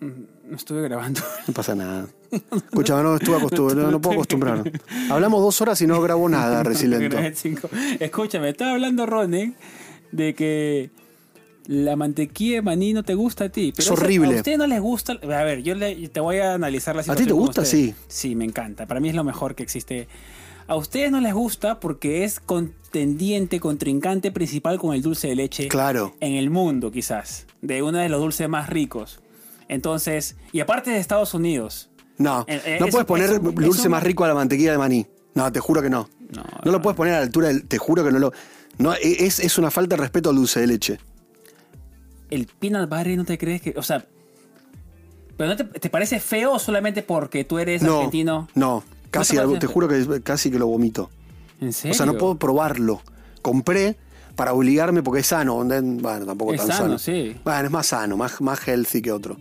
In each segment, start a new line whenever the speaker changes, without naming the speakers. No estuve grabando.
No pasa nada. Escucha, no estuve acostumbrado, no, no puedo acostumbrarme. Hablamos dos horas y no grabo nada, Resilento.
Grabé cinco. Escúchame, estaba hablando Ronen de que la mantequilla de maní no te gusta a ti. Pero
Es
eso-
horrible.
A usted no les gusta. A ver, yo le- te voy a analizar la
ti te
situación. con
gusta?
ustedes.
Sí.
Sí, me encanta. Para mí es lo mejor que existe. A ustedes no les gusta porque es contendiente, contrincante principal con el dulce de leche
Claro.
en el mundo, quizás. De uno de los dulces más ricos. Entonces, y aparte de Estados Unidos.
No,
Eh, eh,
no
es
puedes
un-
poner
es un-
dulce
es un-
más rico a la mantequilla de maní. No, te juro que no.
No,
No, lo puedes poner a la altura del. Te juro que no lo. No, e- es, es una falta de respeto al dulce de leche.
El peanut butter no te crees que. O sea. Pero no te, te parece feo solamente porque tú eres
no,
argentino.
no, casi
te
algo-
parece?
te juro que casi que lo vomito.
¿En serio?
O sea, no puedo probarlo. Compré para obligarme porque es sano. onda, Bueno, tampoco
Es
tan
sano,
sano.
sí.
Bueno, es más sano, más, más healthy que otro.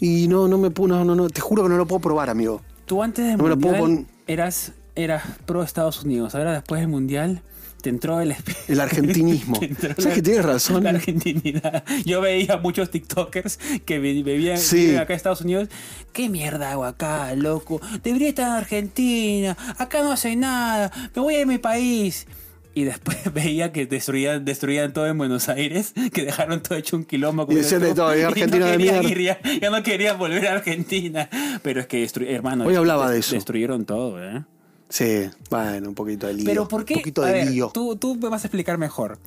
Y no, no me puedo, no, no, no, te juro que no lo puedo probar, amigo.
Tú antes del
No me lo
mundial
puedo pon-
eras, eras pro Estados Unidos. Ahora después del mundial te entró el espe-
El argentinismo.
te entró
¿Sabes
la-
que tienes razón?
La argentinidad. Yo veía muchos TikTokers que vi- bebían
Sí.
viven acá en Estados Unidos. ¿Qué mierda hago acá, loco? Debería estar en Argentina. Acá no hace nada. Me voy a mi país. Y después veía que destruían, destruían todo en Buenos Aires, que dejaron todo hecho un quilombo. con
Y decían de
el-
todo, y Argentina de
querían
mierda.
ir ya, ya no quería volver a Argentina. Pero es que, destru- hermano,
Hoy hablaba de
des-
eso.
Destruyeron todo, ¿eh?
Sí, bueno, un poquito de lío.
Pero ¿por qué?
Un poquito
a
de
ver,
lío.
Tú, tú me vas a explicar mejor.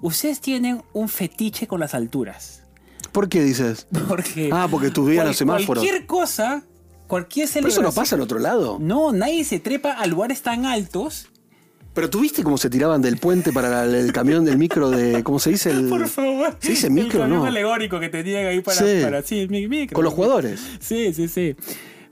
Ustedes tienen un fetiche con las alturas.
¿Por qué dices?
Porque
Ah, porque tú veías
cual-
los semáforos.
Cualquier cosa, cualquier
Pero eso
celebración.
no pasa en otro lado.
No, nadie se trepa a lugares tan altos.
Pero tú viste cómo se tiraban del puente para la- el camión del micro de. ¿Cómo se dice? El,
Por favor.
¿Se dice Mm. micro
el
no?
camión alegórico que tenían ahí para
Sí.
para sí, mi- micro.
Con los jugadores.
Sí, sí, sí.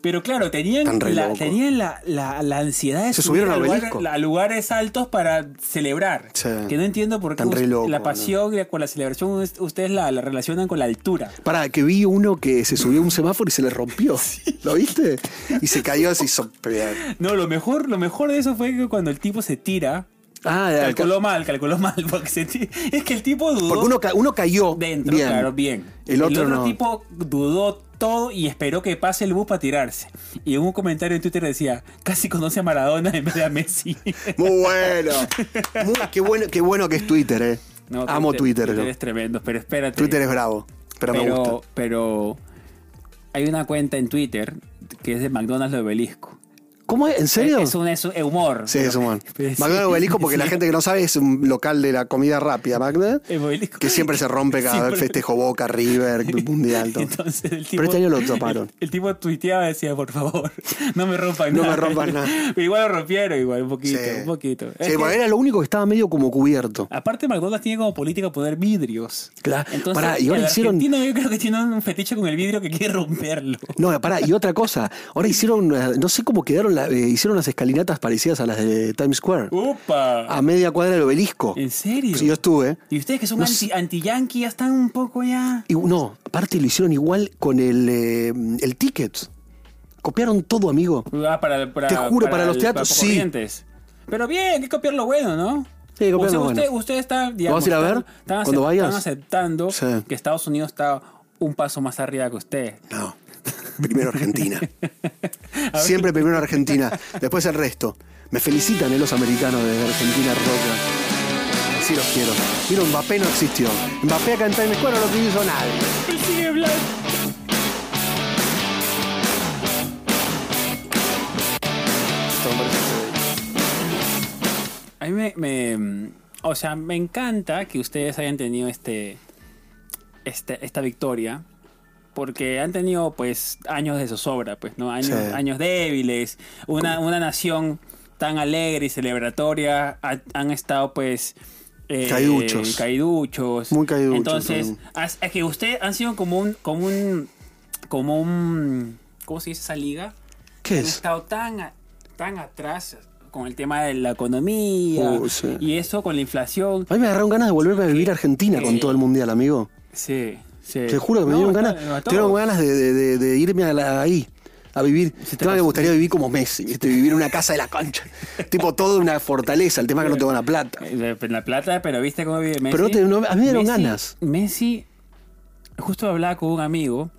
Pero claro, tenían,
Están re
la,
locos.
tenían la, la- la ansiedad de
Se
subir
subieron
a
al
lugares,
obelisco.
a lugares altos para celebrar.
Sí.
Que no entiendo por qué
Están re
us-
locos,
la
¿no?
pasión y la- con la celebración us- ustedes la, la relacionan con la altura.
Pará, que vi uno que se subió a un semáforo y se le rompió. ¿Lo viste? Y se cayó así. sopea.
No, lo mejor, lo mejor de eso fue que cuando el tipo se tira,
Ah, el ca-
calculó mal, calculó mal. Porque se ti- es que el tipo dudó
porque uno, ca- uno cayó.
dentro,
bien.
claro, bien.
El otro, no.
tipo dudó todo y esperó que pase el bus para tirarse. Y en un comentario en Twitter decía, casi conoce a Maradona en vez de a Messi.
Muy bueno. Muy- qué bueno. Qué bueno que es Twitter, eh.
No,
Amo Twitter.
Twitter
¿no?
es tremendo, pero espérate.
Twitter es bravo. Pero, me
pero,
gusta.
pero hay una cuenta en Twitter que es de McDonald's de Obelisco.
¿Cómo es? ¿En serio?
Es, es un es un humor.
Sí, es humor.
Pero sí.
McDonald's Obelisco, porque la gente que no sabe es un local de la comida rápida, Magda.
El Obelisco.
Que siempre se rompe cada
Siempre.
festejo Boca, River, Mundial. todo.
Entonces el tipo,
Pero este año lo taparon.
El, el tipo tuiteaba y decía, por favor, no me rompan
No
nada.
me rompan nada.
Pero igual lo rompieron, igual, un poquito,
Sí.
un poquito. Es
Sí,
que-
porque era lo único que estaba medio como cubierto.
Aparte, McDonald's tiene como política poner vidrios.
Claro.
Entonces,
Pará, y ahora
el
hicieron-
argentino yo creo que tiene un fetiche con el vidrio que quiere romperlo.
No, pará, y otra cosa. Ahora hicieron, eh, no sé cómo quedaron, la- eh, hicieron las escalinatas parecidas a las de Times Square.
¡Upa!
A media cuadra del obelisco.
¿En serio?
Sí, yo estuve.
Y ustedes que son
No
anti-
sé.
anti-yankee ya están un poco ya...
Y no, aparte lo hicieron igual con el, eh, el ticket. Copiaron todo, amigo.
Ah, para, para-
Te juro, para los
el-
teatros, sí.
Corrientes. Pero bien, hay que copiar lo bueno, ¿no?
Sí, copiar
usted,
lo
usted,
bueno.
usted está, digamos,
¿Vamos a ir a ver
están- están
cuando
acep-
vayas?
Están aceptando
Sí.
que Estados Unidos está un paso más arriba que usted.
No. Primero Argentina. Siempre primero Argentina. Después el resto. Me felicitan eh, los americanos de Argentina Roca. Sí los quiero. Mira, Mbappé no existió. Mbappé acá en Times Square no lo que hizo nadie.
Sigue blanco. A mí me, me- O sea, me encanta que ustedes hayan tenido este, este- esta victoria. Porque han tenido, pues, años de zozobra, pues, ¿no? Años,
Sí.
años débiles. Una, una nación tan alegre y celebratoria. ha- han estado, pues. eh,
Caiduchos.
Caiduchos.
Muy caiduchos,
Entonces,
sí.
as- es que ustedes han sido como un. Como un. Como un. ¿Cómo se dice esa liga?
¿Qué
han
es?
estado tan, a- tan atrás con el tema de la economía
Uh, sí. Ah.
y eso con la inflación.
A mí me agarraron ganas de volverme a vivir a Argentina con todo el mundial, amigo.
Sí, sí.
Te juro que me
No,
dieron
está-
ganas,
a
te dieron
todos.
ganas de, de- de- de irme a la- ahí a vivir. El tema que me gustaría vivir como Messi, ¿viste? vivir en una casa de la concha. tipo todo una fortaleza, el tema que no tengo la plata.
Eh, en La Plata, pero viste cómo vive Messi.
Pero no te- no- a mí me dieron
Messi-
ganas.
Messi, justo hablaba con un amigo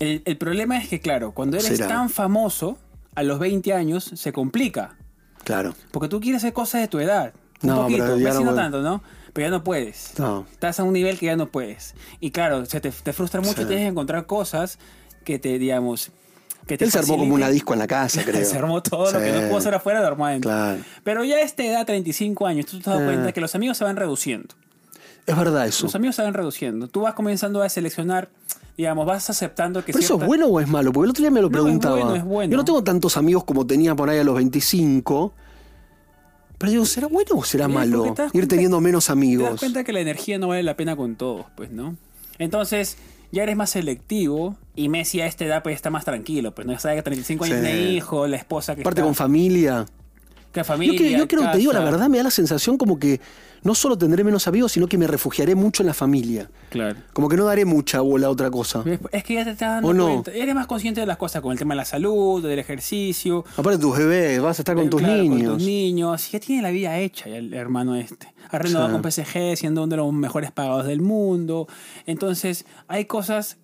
El, el problema es que, claro, cuando eres
Será.
tan famoso, a los 20 años se complica.
Claro.
Porque tú quieres hacer cosas de tu edad. Un
No,
poquito,
pero ya
Messi
no
no
puedo.
tanto, ¿no? Pero ya no puedes.
No.
Estás a un nivel que ya no puedes. Y claro, se te, te frustra mucho
Sí.
y tienes que encontrar cosas que te, digamos, que te
Él se armó como una
faciliten.
disco en la casa, creo.
Se armó todo lo
Sí.
que no pudo hacer afuera, lo armó adentro.
Claro.
Pero ya a esta edad, 35 años, tú te das
Eh.
cuenta que los amigos se van reduciendo.
Es verdad eso.
Los amigos se van reduciendo. Tú vas comenzando a seleccionar, digamos, vas aceptando que
¿Pero eso
cierta-
es bueno o es malo? Porque el otro día me lo
No, es
preguntaba.
bueno, es bueno.
Yo no tengo tantos amigos como tenía por ahí a los 25. Pero digo, ¿será bueno o será
Sí,
malo
porque te das
ir
cuenta-
teniendo menos
Te das
amigos?
cuenta que la energía no vale la pena con todos, pues, ¿no? Entonces, ya eres más selectivo y Messi a esta edad pues está más tranquilo, pues, ¿no? Ya Sabe que 35 años
Sí.
tiene hijo, la esposa que
Aparte
está-
con familia.
que
Yo,
familia.
creo- yo creo que te digo la
casa.
verdad, me da la sensación como que no solo tendré menos amigos, sino que me refugiaré mucho en la familia.
Claro.
Como que no daré mucha bola a otra cosa.
Es que ya te estás dando
¿O no?
cuenta. Eres más consciente de las cosas, con el tema de la salud, del ejercicio,
Aparte tus bebés, vas a estar con
Pero
tus
Eh, claro,
niños.
Con tus niños. Ya tiene la vida hecha ya el hermano este. Ha renovado
Sí.
con PSG, siendo uno de los mejores pagados del mundo. Entonces, hay cosas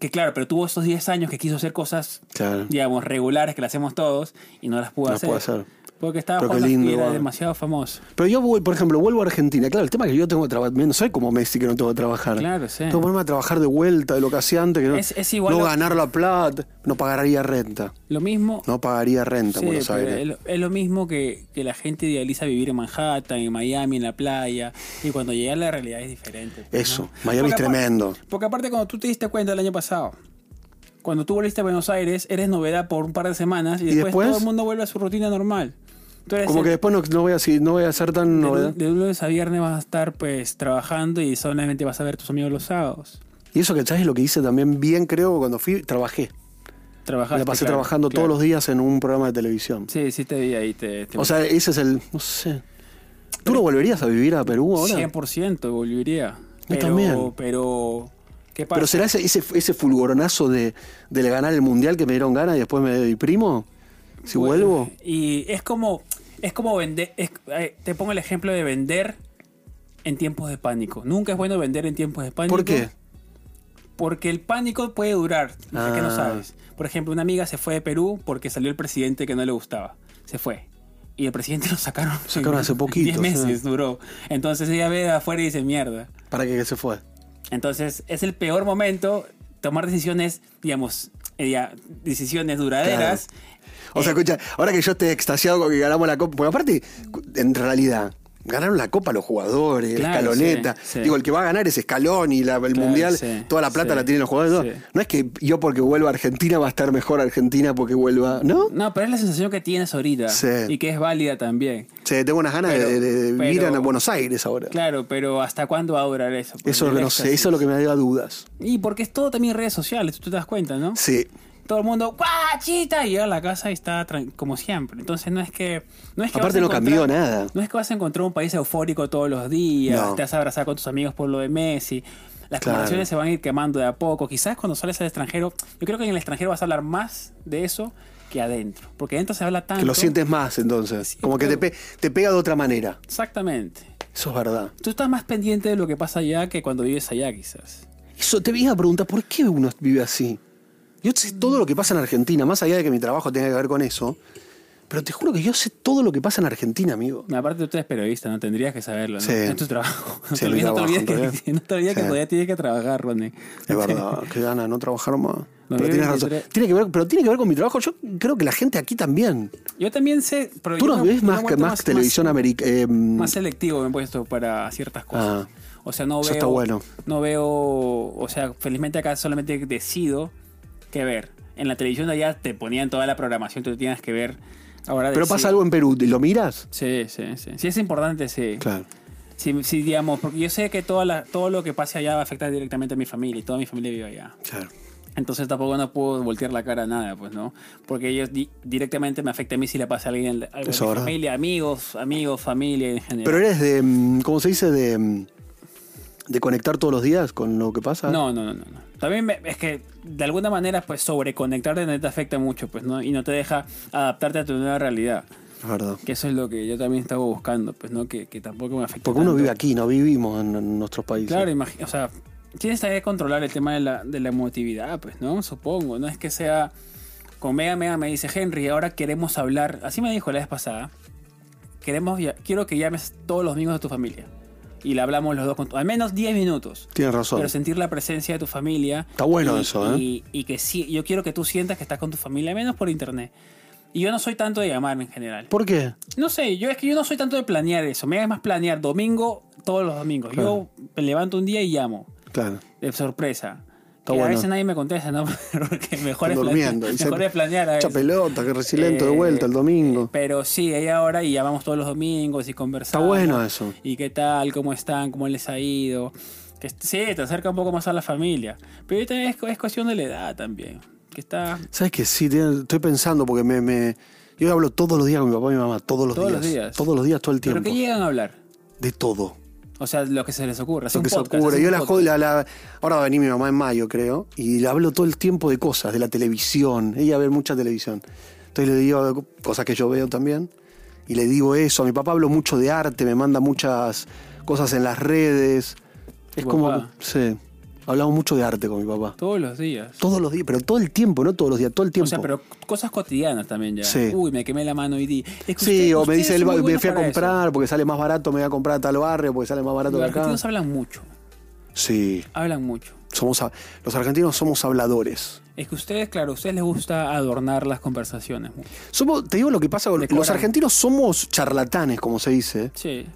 que, claro, pero tuvo esos 10 años que quiso hacer cosas,
Claro.
digamos, regulares que las hacemos todos y no las pudo
No las
hacer.
pudo hacer.
Porque estaba
Pero qué
jugando a
lindo,
que era
igual.
demasiado famoso.
Pero yo, vuel- por ejemplo, vuelvo a Argentina. Claro, el tema es que yo tengo que trabajar. No soy como Messi que no tengo que trabajar.
Claro, sí.
Tengo que ponerme a trabajar de vuelta de lo que hacía antes. Que no,
Es- es igual
no
lo-
ganar la plata. No pagaría renta.
Lo mismo.
No pagaría renta
Sí,
en Buenos
pero
Aires.
es, lo, es lo mismo que, que la gente idealiza vivir en Manhattan, en Miami, en la playa, y cuando llega la realidad es diferente. pues,
Eso,
¿no?
Miami
Porque
es
apar-
tremendo.
Porque aparte cuando tú te diste cuenta el año pasado, cuando tú volviste a Buenos Aires, eres novedad por un par de semanas y, después,
después?
todo el mundo vuelve a su rutina normal. Tú eres
Como
el-
que después no, no voy a, si- no voy a ser tan
de,
novedad.
lu- de lunes a viernes vas a estar pues trabajando y solamente vas a ver a tus amigos los sábados.
Y eso que sabes lo que hice también bien, creo, cuando fui, trabajé.
Trabajaste,
Me la pasé
Ah, claro,
trabajando
claro.
todos los días en un programa de televisión.
Sí, sí te vi ahí. Te, te-
O sea, ese es el. No sé. ¿Tú no volverías a vivir a Perú ahora?
100% volvería. Pero,
también.
Pero, ¿qué pasa?
Pero será ese, ese, ese fulguronazo de, de ganar el mundial que me dieron ganas y después me deprimo? Si
Bueno, eh,
vuelvo.
Y es como, es como vender. es- eh, te pongo el ejemplo de vender en tiempos de pánico. Nunca es bueno vender en tiempos de pánico.
¿Por qué?
Porque el pánico puede durar. No sé qué no
Ah.
sabes. Por ejemplo, una amiga se fue de Perú porque salió el presidente que no le gustaba. Se fue. Y el presidente lo sacaron.
sacaron hace poquito,
10 meses
sí.
duró. Entonces ella ve afuera y dice mierda.
¿Para qué que se fue?
Entonces es el peor momento tomar decisiones, digamos, eh, ya, decisiones duraderas.
O sea,
Eh.
escucha, ahora que yo esté extasiado con que ganamos la copa, porque aparte, en realidad, ganaron la copa los jugadores,
Claro,
escaloneta.
sí, sí.
Digo, el que va a ganar es escalón y la- el
Claro,
mundial,
sí,
toda la plata
sí,
la tienen los jugadores.
sí.
No es que yo porque vuelva a Argentina va a estar mejor Argentina porque vuelva. ¿No?
No, pero es la sensación que tienes ahorita
Sí.
y que es válida también.
Sí, tengo unas ganas
Pero-
de, de- de vivir
pero-
a Buenos Aires ahora.
Claro, pero ¿hasta cuándo va a durar eso? Pues,
Eso es lo que
el
no sé,
éxtasis.
eso es lo que me da dudas.
Y porque es todo también redes sociales, tú te das cuenta, ¿no?
Sí.
Todo el mundo, ¡guachita! Y llega a la casa y está tran- como siempre. Entonces no es que... No es que
Aparte
vas a
no
encontrar-
cambió nada.
No es que vas a encontrar un país eufórico todos los días,
No.
te vas a abrazar con tus amigos por lo de Messi. Las
Claro.
conversaciones se van a ir quemando de a poco. Quizás cuando sales al extranjero, yo creo que en el extranjero vas a hablar más de eso que adentro. Porque adentro se habla tanto.
Que lo sientes más entonces.
Sí,
Como que te, pe- te pega de otra manera.
Exactamente.
Eso es verdad.
Tú estás más pendiente de lo que pasa allá que cuando vives allá, quizás.
Eso te iba a preguntar, ¿por qué uno vive así? Yo sé todo lo que pasa en Argentina, más allá de que mi trabajo tenga que ver con eso. Pero te juro que yo sé todo lo que pasa en Argentina, amigo.
Aparte, tú eres periodista, no tendrías que saberlo, ¿no?
Sí.
Es tu trabajo. No
Sí,
te
mi
olvides- no te
trabajo,
olvides
todavía.
que, no te olvides que
Sí.
todavía tienes que trabajar, Ronnie.
Es verdad, que gana no trabajar más. pero
yo
tienes
creo que
razón.
entre-
Tiene que ver, pero tiene que ver con mi trabajo. Yo creo que la gente aquí también.
Yo también sé. Pero
Tú
yo
no
me-
ves
me he
más, que-
vuelto
más, televisión eh, americana.
más selectivo me he puesto para ciertas cosas.
Mm. Ah.
o sea, no
Eso
veo.
está bueno.
No veo. O sea, felizmente acá solamente decido qué ver. En la televisión de allá te ponían toda la programación, tú tenías que ver. Ahora
pero
decido.
pasa algo en Perú, ¿lo miras?
Sí, sí, sí. Sí, es importante, sí.
Claro.
Sí, sí, digamos, porque yo sé que toda la- todo lo que pase allá va a afectar directamente a mi familia y toda mi familia vive allá.
Claro.
Entonces tampoco no puedo voltear la cara a nada, pues, ¿no? Porque ellos di- directamente me afecta a mí si le pasa a alguien, algo
Eso,
a mi
¿verdad?
familia, amigos, amigos, familia en general.
Pero eres de, mm, ¿cómo se dice? De, mm, de conectar todos los días con lo que pasa.
No, no, no, no. no. También me- es que de alguna manera, pues sobreconectarte no te afecta mucho, pues, ¿no? Y no te deja adaptarte a tu nueva realidad.
Es verdad.
Que eso es lo que yo también estaba buscando, pues, ¿no? Que, que tampoco me afecta.
Porque uno
tanto.
vive aquí, no vivimos en, en nuestros países.
Claro, imagi- o sea, tienes también que controlar el tema de la, de la emotividad, pues, ¿no? Supongo, no es que sea... Con Mega Mega me dice, Henry, ahora queremos hablar, así me dijo la vez pasada, queremos, ya- quiero que llames todos los amigos de tu familia. Y la hablamos los dos, con, al menos 10 minutos.
Tienes razón.
Pero sentir la presencia de tu familia.
Está bueno
Y-
eso, ¿eh?
Y, y que sí, yo quiero que tú sientas que estás con tu familia, menos por internet. Y yo no soy tanto de llamar en general.
¿Por qué?
No sé, yo es que yo no soy tanto de planear eso. Me da más planear domingo, todos los domingos.
Claro.
Yo me levanto un día y llamo,
Claro.
de sorpresa.
Está
que
bueno.
a veces nadie me contesta, ¿no? Porque mejor es
Están
planear.
durmiendo. y se-
Mejor es planear a
Mucha
veces.
pelota, que resilento de
Eh,
vuelta el domingo.
Pero sí, ahí ahora y llamamos todos los domingos y
Está
conversamos.
bueno eso.
¿Y qué tal? ¿Cómo están? ¿Cómo les ha ido? Que est- sí, te acerca un poco más a la familia. Pero ahorita es, cu- es cuestión de la edad también. Que está
¿Sabes que Sí, tiene- estoy pensando porque me, me- Yo hablo todos los días con mi papá y mi mamá, todos los
todos
días.
los días.
Todos los días, todo el
¿Pero
tiempo.
qué llegan a hablar?
De todo.
O sea, lo que se les ocurra.
Lo que se ocurre. Yo la jodo y la- la- Ahora va a venir mi mamá en mayo, creo, y le hablo todo el tiempo de cosas, de la televisión. Ella ve mucha televisión. Entonces le digo cosas que yo veo también, y le digo eso. A mi papá hablo mucho de arte, me manda muchas cosas en las redes. Es
¿Tu
como.
papá?
Sí. Hablamos mucho de arte con mi papá.
Todos los días.
Todos los días, pero todo el tiempo, no todos los días, todo el tiempo.
O sea, pero cosas cotidianas también ya.
Sí.
Uy, me quemé la mano y di. Es que
Sí,
ustedes-
o me
ustedes
dice, él
son
va-
muy
me
buenos
fui a
para eso.
comprar porque sale más barato, me voy a comprar a tal barrio porque sale más barato
Los
que acá.
argentinos hablan mucho.
Sí,
Hablan mucho.
somos a- los argentinos somos habladores.
Es que ustedes, claro, a ustedes les gusta adornar las conversaciones mucho.
Somos, te digo lo que pasa con
Decoran.
los argentinos, somos charlatanes, como se dice,
Sí,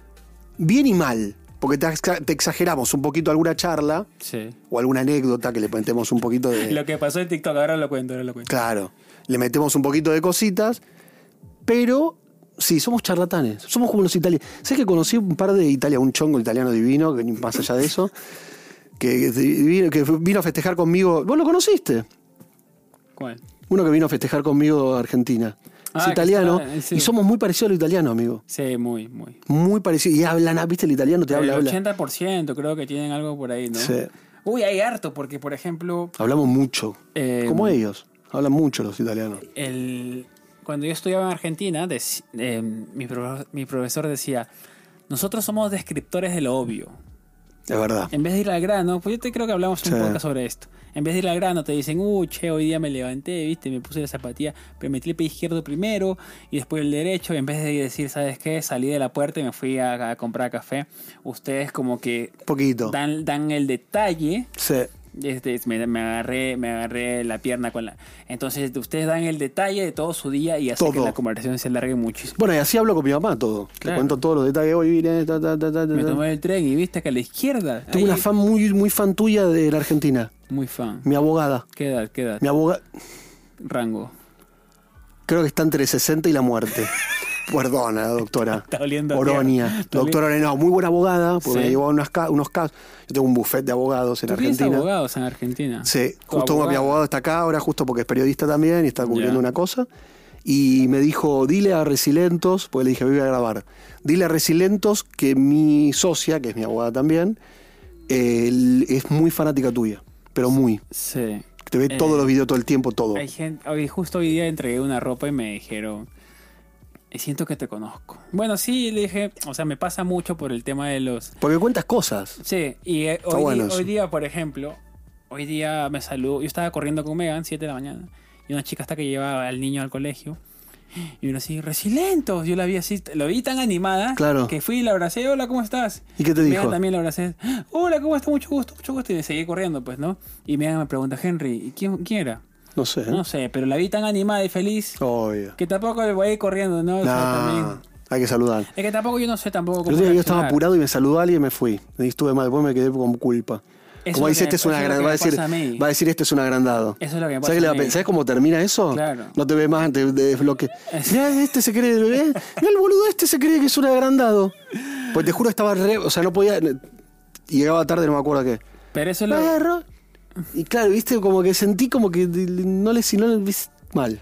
bien y mal, porque te, exa- te exageramos un poquito alguna charla
sí.
o alguna anécdota que le metemos un poquito de...
Lo que pasó en TikTok, ahora lo cuento, ahora lo cuento.
Claro, le metemos un poquito de cositas, pero sí, somos charlatanes. Somos como los italianos. Sé que conocí un par de Italia, un chongo italiano divino, que ni más allá de eso, que, divino- que vino a festejar conmigo. ¿Vos lo conociste?
¿Cuál?
Uno que vino a festejar conmigo a Argentina.
Ah,
es
que
italiano
está- sí.
y somos muy parecidos a los italianos, amigo.
Sí, muy, muy.
Muy parecidos. Y hablan, ah, ¿viste? El italiano te habla,
Eh, el
habla.
80% creo que tienen algo por ahí, ¿no?
Sí.
Uy, hay harto, porque por ejemplo,
Hablamos mucho.
Eh,
como ellos. Hablan mucho los italianos.
el, cuando yo estudiaba en Argentina, dec- eh, mi, pro- mi profesor decía, nosotros somos descriptores de lo obvio.
Es verdad.
En vez de ir al grano, pues yo te creo que hablamos un
Sí.
poco sobre esto. En vez de ir al grano, te dicen, uh, che, hoy día me levanté, viste, me puse la zapatilla, pero metí el pie izquierdo primero y después el derecho. Y en vez de decir, ¿sabes qué? Salí de la puerta y me fui a, a comprar café. Ustedes como que
Poquito.
dan, dan el detalle.
Sí.
Este, me, me agarré, me agarré la pierna con la. Entonces, ustedes dan el detalle de todo su día y hace que
Todo.
la conversación se alargue muchísimo.
Bueno, y así hablo con mi mamá todo. Le
Claro.
cuento todos los detalles. Hoy vine, ta, ta, ta, ta, ta,
Me
ta.
tomé el tren y viste que a la izquierda.
Tengo
ahí-
una fan muy, muy fan tuya de la Argentina.
Muy fan.
Mi abogada.
¿Qué edad? ¿Qué edad?
Mi abogada.
Rango.
Creo que está entre 60 y la muerte. Perdona, doctora.
Está oliendo a mierda.
Oronia.
Está
Doctora Oronia, no, muy buena abogada, porque
Sí.
me llevó unas ca- unos casos. Yo tengo un buffet de abogados en
¿Tú tienes
Argentina.
abogados en Argentina?
Sí,
Tu
justo uno, mi
abogado.
abogado está acá ahora, justo porque es periodista también y está cubriendo
Ya.
una cosa. Y me dijo, dile a Resilentos, porque le dije, voy a grabar. Dile a Resilentos que mi socia, que es mi abogada también, él es muy fanática tuya, pero muy.
Sí.
Te ve
Eh,
todos los videos todo el tiempo, todo.
Hay gente, hoy, justo hoy día entregué una ropa y me dijeron, "Eh, siento que te conozco. Bueno, sí, le dije, o sea, me pasa mucho por el tema de los...
Porque cuentas cosas.
Sí, y eh, hoy, di-
bueno eso.
hoy día, por ejemplo, hoy día me saludó, yo estaba corriendo con Megan, 7 de la mañana, y una chica hasta que llevaba al niño al colegio. Y uno así, resilentos. Yo la vi así, lo vi tan animada
Claro.
que fui y la abracé. Hola, ¿cómo estás?
¿Y qué te
Megan
dijo?
también la abracé. Hola, ¿cómo estás? Mucho gusto, mucho gusto. Y me seguí corriendo, pues, ¿no? Y Megan me pregunta, Henry, ¿y quién, quién era?
No sé. ¿eh?
No sé, pero la vi tan animada y feliz
Obvio.
que tampoco le voy a ir corriendo, ¿no? O sea,
Nah,
también-
hay que saludar.
es que tampoco yo no sé tampoco
El
cómo.
otro día yo estaba
reaccionar.
apurado y me saludó alguien y me fui. Y estuve mal, después me quedé con culpa.
Eso
Como
es
dice,
lo que
este es un
me- eso es lo
agrandado.
que
Va a
me
decir,
pasa a mí.
va a decir, este es un agrandado.
Eso es lo que me pasa
¿Sabes,
a
le va a
mí.
pe- ¿sabes cómo termina eso?
Claro.
No te ve más, te, te desbloquea. Mirá, este se cree, ¿eh? Mirá, el boludo este se cree que es un agrandado. Pues te juro, estaba re. O sea, no podía. y Llegaba tarde, no me acuerdo qué.
Pero eso es
Me
lo
agarró. Y claro, viste, como que sentí como que no le. Si no le viste mal.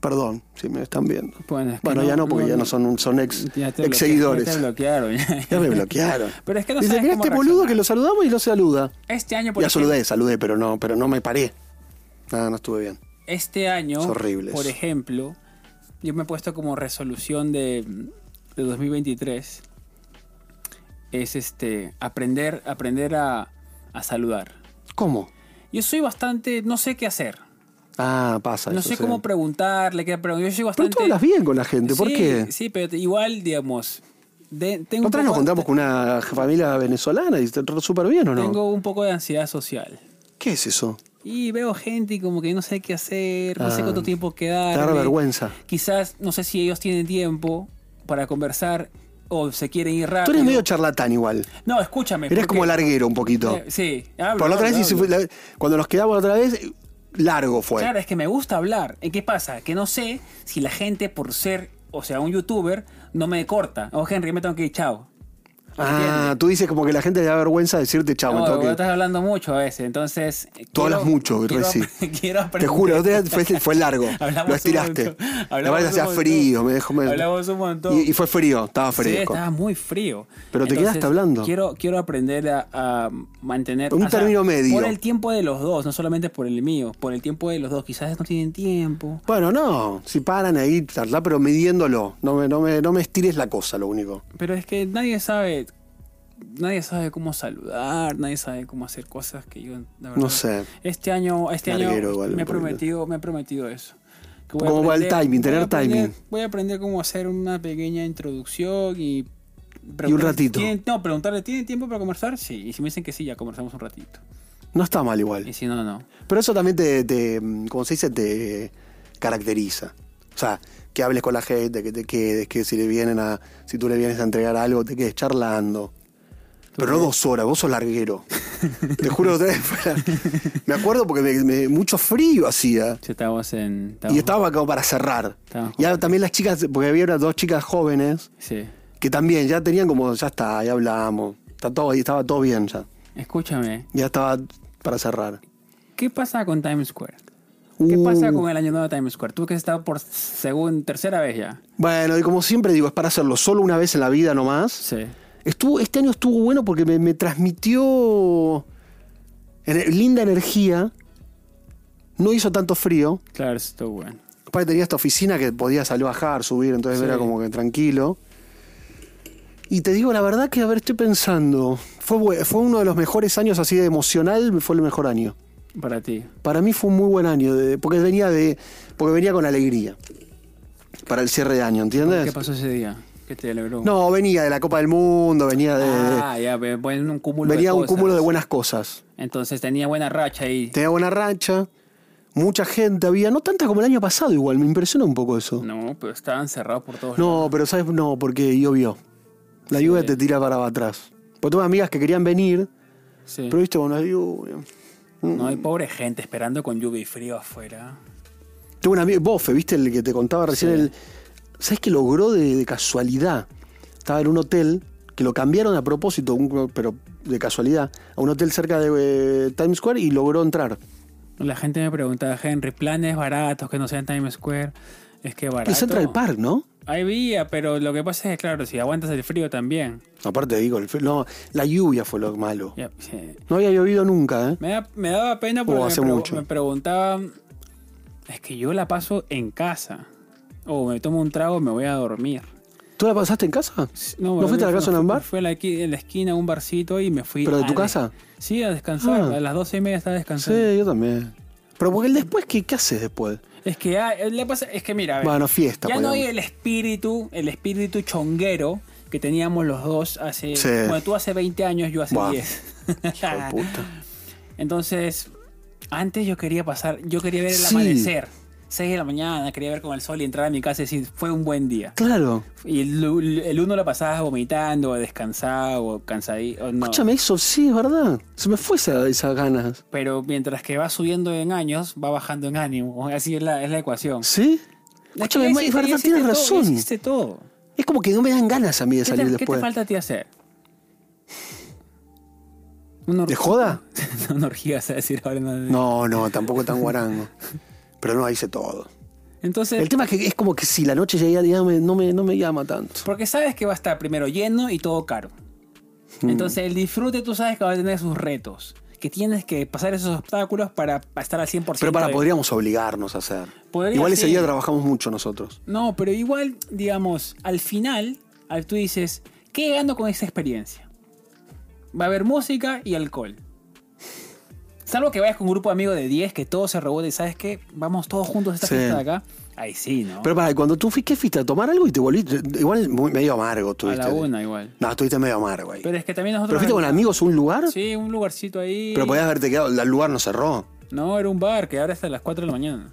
Perdón, si me están viendo.
Bueno, es que
Bueno, ya no, porque ya no son, son ex,
ya te
ex
bloquea-
seguidores.
ya te bloquearon.
Ya me bloquearon.
Pero es que no
Dice,
sabes
mira
cómo
este boludo
reaccionar.
que lo saludamos y lo saluda.
Este año, por
Ya
ejemplo,
saludé, saludé, pero no, pero no me paré. Nada, no estuve bien.
este año,
Es horrible
por
eso.
ejemplo, yo me he puesto como resolución de, de 2023 es este aprender aprender a, a saludar.
¿Cómo?
Yo soy bastante, no sé qué hacer.
Ah, pasa.
No
eso,
sé
sí.
cómo preguntarle, qué preguntar. Yo soy
Pero
bastante...
tú hablas bien con la gente, ¿por
sí,
qué?
Sí, pero te- igual, digamos... de- tengo un
Nosotras nos
poco-
juntamos con una familia venezolana y está súper bien, ¿o no?
Tengo un poco de ansiedad social.
¿Qué es eso?
Y veo gente y como que no sé qué hacer, no sé
Ah,
cuánto tiempo quedar.
te da vergüenza.
Quizás, no sé si ellos tienen tiempo para conversar o se quieren ir rápido.
Tú eres medio charlatán igual.
No, escúchame.
Eres
porque-
como larguero un poquito.
Eh, Sí, hablo,
Por la otra
hablo,
vez,
hablo.
la- cuando nos quedamos la otra vez, largo fue.
Claro, es que me gusta hablar. ¿Y qué pasa? Que no sé si la gente, por ser, o sea, un youtuber, no me corta. Oh, Henry, me tengo que ir, chao.
ah, tú dices como que la gente le da vergüenza decirte chau.
No,
al toque.
vos Oh, estás hablando mucho a veces, entonces... eh,
Tú hablas mucho,
quiero,
Reci.
quiero
Te
aprender.
juro, el otro día fue, fue largo.
Hablamos
lo
un
estiraste.
montón.
La
Hablamos
verdad hacía
un montón.
frío, me dejó. me-
Hablamos un montón.
Y, y fue frío, estaba
Sí,
fresco.
estaba muy frío.
Pero te quedaste hablando.
Quiero, quiero aprender a, a mantener...
Un término medio.
Por el tiempo de los dos, no solamente por el mío. Por el tiempo de los dos. Quizás no tienen tiempo.
Bueno, no, si paran ahí, charla, pero midiéndolo. No me, no, me, no me estires la cosa, lo único.
Pero es que nadie sabe... Nadie sabe cómo saludar, nadie sabe cómo hacer cosas que yo... la verdad,
No sé.
Este año, este año
Larguero igual,
me, he
un poquito.
prometido, me he prometido eso. Que
Como va el timing,
voy a
tener
aprender-
timing.
Voy a aprender cómo hacer una pequeña introducción y...
un ratito.
¿tienen- no, preguntarle, ¿tienen tiempo para conversar? Sí. Y si me dicen que sí, ya conversamos un ratito.
No está
Y
mal igual.
si no, no.
Pero eso también te, te, como se dice, te caracteriza. O sea, que hables con la gente, que te quedes, que si le vienen a, si tú le vienes a entregar algo, te quedes charlando. Pero no dos horas, vos sos larguero. Te juro que otra vez fue la- Me acuerdo porque me- me- mucho frío hacía.
Si estábamos en...
Y
estábamos-
estaba como para cerrar.
Estábamos
Y ahora también las chicas, porque había unas dos chicas jóvenes
Sí.
que también ya tenían como, ya está, ya hablamos. Está todo, y estaba todo bien ya.
Escúchame.
Ya estaba para cerrar.
¿Qué pasa con Times Square? ¿Qué
Uh.
pasa con el año nuevo de Times Square? Tú que has estado por según tercera vez ya.
Bueno, y como siempre digo, es para hacerlo solo una vez en la vida nomás.
Sí.
Estuvo, este año estuvo bueno porque me, me transmitió ener- linda energía. No hizo tanto frío.
Claro, eso estuvo bueno.
Aparte tenía esta oficina que podía salir a bajar, subir, entonces
Sí.
era como que tranquilo. Y te digo la verdad que, a ver, estoy pensando, fue, bu- fue uno de los mejores años así de emocional, fue el mejor año.
Para ti.
Para mí fue un muy buen año, de- porque, venía de, porque venía con alegría para el cierre de año, ¿entiendes?
¿Qué pasó ese día? ¿Qué te alegró?
No, venía de la Copa del Mundo, venía de...
Ah, ya, ve- bueno, un cúmulo de
venía un
cosas.
cúmulo de buenas cosas.
Entonces tenía buena racha ahí.
Tenía buena racha, mucha gente había, no tanta como el año pasado igual, me impresionó un poco eso.
No, pero estaban cerrados por todos
No, pero sabes, no, porque llovió. La lluvia te tira para atrás. Porque tuve amigas que querían venir,
lados. Sí.
pero viste, bueno, la lluvia.
No hay pobre gente esperando con lluvia y frío afuera.
Tuve un amigo, Bofe, viste, el que te contaba recién.
Sí.
El, ¿Sabes qué logró de, de casualidad? Estaba en un hotel que lo cambiaron a propósito, un- pero de casualidad, a un hotel cerca de eh, Times Square y logró entrar.
La gente me preguntaba, Henry, planes baratos que no sean Times Square. Es que barato.
El Central Park, ¿no?
Hay vía, pero lo que pasa es que, claro, si aguantas el frío también.
Aparte digo, el frío- no, la lluvia fue lo malo.
Ya, sí.
No había llovido nunca, ¿eh?
Me, da- me daba pena porque
Oh, hace
me, pregu-
mucho.
me preguntaban, es que yo la paso en casa. O me tomo un trago y me voy a dormir.
¿Tú la pasaste en casa? ¿No,
me
fuiste a la
fui-
casa en un bar?
Fui a la, qui- en la esquina, a un barcito y me fui.
¿Pero de
a
tu
des-
casa?
Sí, a descansar.
Ah.
A las doce y media estaba
Sí,
descansando.
yo también. Pero porque el después, ¿qué, qué haces después?
Es que, ah, le pasa, es que mira, a ver,
Bueno, fiesta.
ya no
podemos.
hay el espíritu, el espíritu chonguero que teníamos los dos hace.
Sí.
Bueno, tú hace 20 años, yo hace
Buah.
10.
Hijo de puta.
Entonces, antes yo quería pasar, yo quería ver el
Sí.
amanecer. 6 de la mañana, quería ver con el sol y entrar a mi casa y decir, fue un buen día.
Claro.
Y el, el uno lo pasabas vomitando, descansado, o cansadito. o no.
Escúchame, eso sí, es verdad. Se me fue esa- esas ganas.
Pero mientras que va subiendo en años, va bajando en ánimo. Así es la, es la ecuación.
¿Sí? Escúchame,
Ya
ma- es
hiciste- ya
verdad,
hiciste
tienes
todo, ya
razón.
hiciste todo.
Es como que no me dan ganas a mí de
¿Qué
salir
te, ¿Qué te
después.
falta a ti hacer? Una or-
¿De joda?
Una orgía, vas a decir ahora. No.
No, no, tampoco tan guarango. Pero no, hice todo.
Entonces,
El tema es que es como que si la noche llega, ya me- no, me, no me llama tanto.
Porque sabes que va a estar primero lleno y todo caro.
Hmm.
Entonces el disfrute tú sabes que va a tener sus retos. Que tienes que pasar esos obstáculos para pa- estar al 100%.
Pero para,
de-
podríamos obligarnos a hacer.
Podría,
Igual ese
sí.
día trabajamos mucho nosotros.
No, pero igual, digamos, al final, al, tú dices, ¿qué gano con esa experiencia? Va a haber música y alcohol. Salvo que vayas con un grupo de amigos de 10, que todo se rebote y sabes que vamos todos juntos a esta
Sí.
fiesta de acá. Ahí sí, ¿no?
Pero para, cuando tú fuiste, ¿qué fuiste? ¿A tomar algo y te volviste? Igual es muy, medio amargo
a
tuviste.
la una igual.
No, estuviste medio amargo ahí. Pero,
Pero es que también nosotros.
fuiste con amigos a un lugar,
Sí, un lugarcito ahí.
pero podías haberte quedado, el lugar no cerró.
No, era un bar que ahora está a las 4 de la mañana.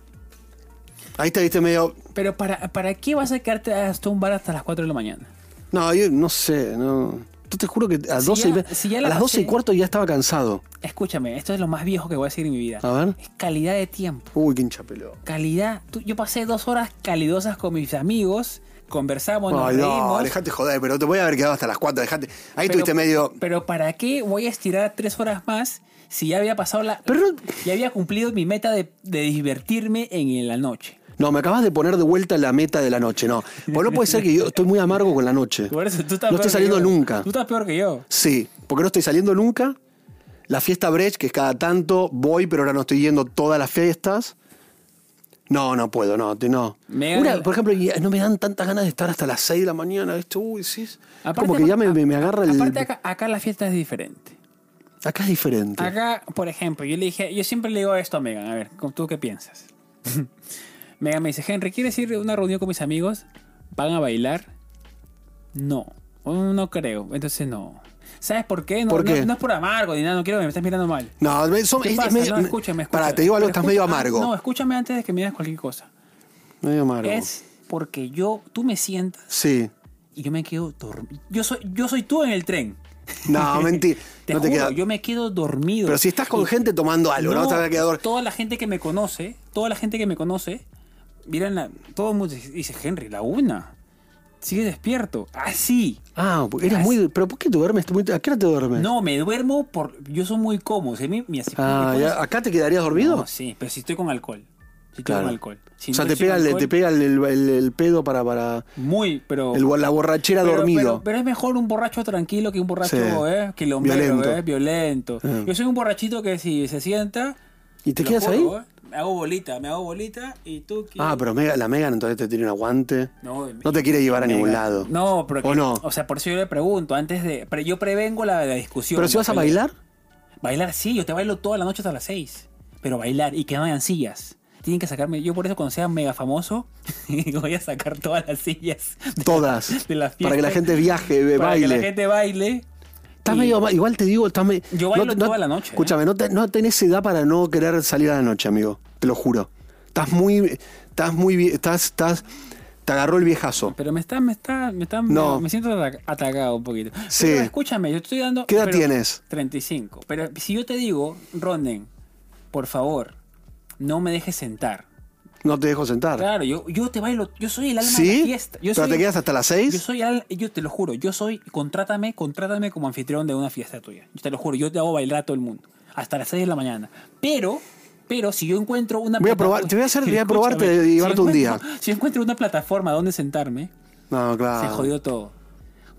Ahí te viste medio...
Pero para, ¿para qué vas a quedarte hasta un bar hasta las 4 de la mañana?
No, yo no sé, no... Tú te juro que a,
Si
12 y
ya-
ve-
si ya
a
la
las 12 y
pasé.
cuarto ya estaba cansado.
Escúchame, esto es lo más viejo que voy a decir en mi vida.
A ver.
Es calidad de tiempo.
Uy, qué hincha pelota.
Calidad. Tú- Yo pasé dos horas calidosas con mis amigos, conversamos, nos
Ay, no,
reímos.
dejate joder, pero te voy a haber quedado hasta las 4, dejate. Ahí
Pero-
estuviste este medio.
Pero ¿para qué voy a estirar tres horas más si ya había pasado la...
Pero no-
Ya había cumplido mi meta de, de divertirme en la noche.
No, me acabas de poner de vuelta la meta de la noche, no. Pues no puede ser que yo estoy muy amargo con la noche.
Por eso tú estás
no
peor
estoy
que
saliendo
yo.
nunca.
Tú estás peor que yo.
Sí, porque no estoy saliendo nunca. La fiesta Brecht, que es cada tanto voy, pero ahora no estoy yendo todas las fiestas. No, no puedo, no, te- no.
Me
Una,
gana-
por ejemplo, y eh, no me dan tantas ganas de estar hasta las 6 de la mañana. Esto, uy, sí. es-
Aparte,
Como que ya me, me- me agarra el.
Aparte acá, acá la fiesta es diferente.
Acá es diferente.
Acá, por ejemplo, yo le dije, yo siempre le digo esto a Megan, a ver, ¿tú qué piensas? Megan me dice, Henry, ¿quieres ir a una reunión con mis amigos? ¿Van a bailar? No, "Oh, no creo, entonces no. ¿Sabes por qué? No,
¿Por
no-
qué?
no es por amargo ni nada, no quiero que me estés mirando mal.
No, me- son-
¿Qué
es- es
pasa?
medio-
no, escúchame, escúchame.
Pará, te digo algo,
Pero
estás medio
escucha-
amargo.
No, escúchame antes de que me digas cualquier cosa.
Medio amargo.
Es porque yo, tú me sientas
Sí.
y yo me quedo dormido. Yo soy, yo soy tú en el tren.
No, mentira.
Te
no te
juro,
queda.
yo me quedo dormido.
Pero si estás con
Y-
gente tomando algo, ¿no? Te vas a quedar dor-
Toda la gente que me conoce, toda la gente que me conoce, miran la, todo el mundo dice, Henry, la una. Sigue despierto. Así.
Ah, porque eres muy. ¿Pero por qué te duermes? Muy- ¿A qué hora te duermes?
No, me duermo por. Yo soy muy cómodo. Si a mí- mira, si
Ah,
me pones-
¿ya- ¿acá te quedarías dormido?
No, sí, pero si estoy con alcohol. Si estoy
Claro.
con alcohol. Si
o sea,
no
te
estoy
pega,
con
el,
alcohol,
te pega el, el- el- el pedo para. para
Muy, pero.
el- la borrachera
pero-
dormido.
Pero, pero es mejor un borracho tranquilo que un borracho
Sí.
eh, quilombero,
Violento.
eh, violento.
Ah.
Yo soy un borrachito que si se sienta.
¿Y te
lo
quedas
juro,
ahí?
eh, me hago bolita, me hago bolita y tú. que-
Ah, pero Mega- la Megan entonces te tiene un aguante.
No,
No te quiere llevar a
Mega.
ningún lado.
No, pero.
¿O
que-
no?
O sea, por eso yo le pregunto antes de. Pero yo prevengo la, la discusión.
pero si
¿no?
vas a bailar,
Bailar sí, yo te bailo toda la noche hasta las 6. Pero bailar y que no hayan sillas. Tienen que sacarme. Yo por eso, cuando sea mega famoso, voy a sacar todas las sillas. de-
todas.
de las
para que la
fiestas,
gente viaje, be-
para
baile.
que la gente baile.
Estás
y-
medio. ma- Igual te digo, estás me-
Yo bailo
te-
toda la noche, ¿eh?
Escúchame, no, te- no tenés edad para no querer salir a la noche, amigo. Te lo juro. Estás muy. Estás muy. vie- Estás. estás te agarró el viejazo.
Pero me está, me está, me está,
No.
me, me siento ata- atacado un poquito.
Sí.
Pero escúchame, yo te estoy dando.
¿Qué edad
pero-
tienes?
35. Pero si yo te digo, Ronden, por favor, no me dejes sentar.
No te dejo sentar.
Claro, yo, yo te bailo, yo soy el alma de la
¿Sí?
fiesta. Yo
¿Pero
soy,
te quedas hasta las
yo
6?
soy al- yo te lo juro, yo soy, contrátame, contrátame como anfitrión de una fiesta tuya. Yo te lo juro, yo te hago bailar a todo el mundo. Hasta las 6 de la mañana. Pero, pero si yo encuentro una
Voy a
plataforma-
probar- te voy a hacer- voy a
Escúchame,
probarte y llevarte un día. Ah.
encuentro- Si encuentro una plataforma donde sentarme,
No, claro.
se jodió todo.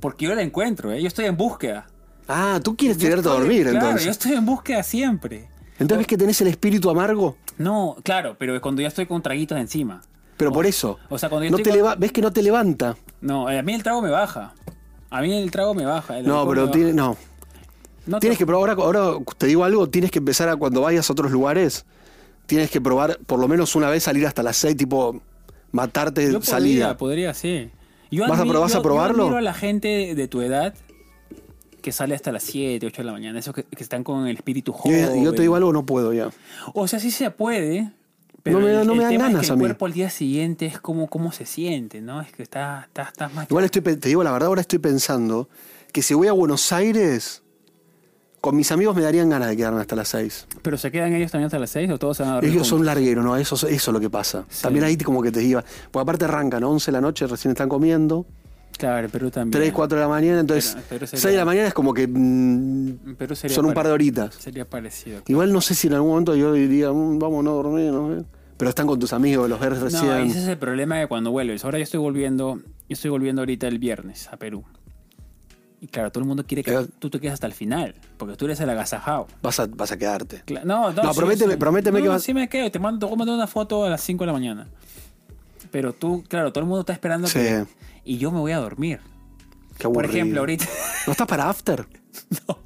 Porque yo la encuentro, ¿eh? yo estoy en búsqueda.
Ah, tú quieres tirarte a
Estoy-
dormir
claro,
entonces.
yo estoy en búsqueda siempre.
Entonces ves que tenés el espíritu amargo,
No, claro, pero es cuando ya estoy con traguitos encima.
pero por eso.
O sea, cuando yo
no te
estoy con-
leva- ves que no te levanta.
No, eh, a mí el trago me baja. A mí el trago me baja. el
No,
alcohol me
pero
baja.
tiene- no.
No te-
Tienes que probar, ahora, ahora te digo algo, tienes que empezar a cuando vayas a otros lugares, tienes que probar por lo menos una vez salir hasta las 6, tipo matarte
Yo
salida.
podría, pues, podría, sí. Yo
¿Vas a
admiro-
pro- vas a
yo-
probarlo?
Yo admiro a la gente de tu edad que sale hasta las 7, 8 de la mañana. Esos que, que están con el espíritu
Yo-
joven.
yo, te digo algo, no puedo ya.
O sea, sí se puede. Pero
No me da-
el-
no
el
me dan
tema es
ganas
que
a
el
mí.
cuerpo al día siguiente es como cómo se siente, ¿no? Es que estás está, está más...
Igual estoy, pe- te digo la verdad, ahora estoy pensando que si voy a Buenos Aires, con mis amigos me darían ganas de quedarme hasta las 6.
¿Pero se quedan ellos también hasta las 6 o todos se van a dormir
Ellos
juntos?
son largueros, ¿no? Eso, eso es lo que pasa.
Sí.
También ahí como que te iba. Porque aparte arrancan a 11 de la noche, recién están comiendo.
Claro, en Perú también.
3, 4 de la mañana, entonces
Pero- pero sería-
6 de la mañana es como que mm,
En Perú sería
son un par de
pare-
horitas.
Sería parecible.
Igual no sé si en algún momento yo diría, "Mm, vamos, no dormir, no sé". Pero están con tus amigos, los ves recién.
No, ese es el problema de cuando vuelves. Ahora yo estoy volviendo, yo estoy volviendo ahorita el viernes a Perú. Y claro, todo el mundo quiere que
Pero-
tú te quedes hasta el final, porque tú eres el agasajado.
vas, a, vas a quedarte.
Cla- No, no,
No, prométeme- prométeme
no,
que
no,
vas-
sí me quedo, te mando, te voy a mandar una foto a las 5 de la mañana. Pero tú, claro, todo el mundo está esperando
Sí.
que- y yo me voy a dormir.
Qué
Por
aburrido.
ejemplo, ahorita
¿No estás para after?
no.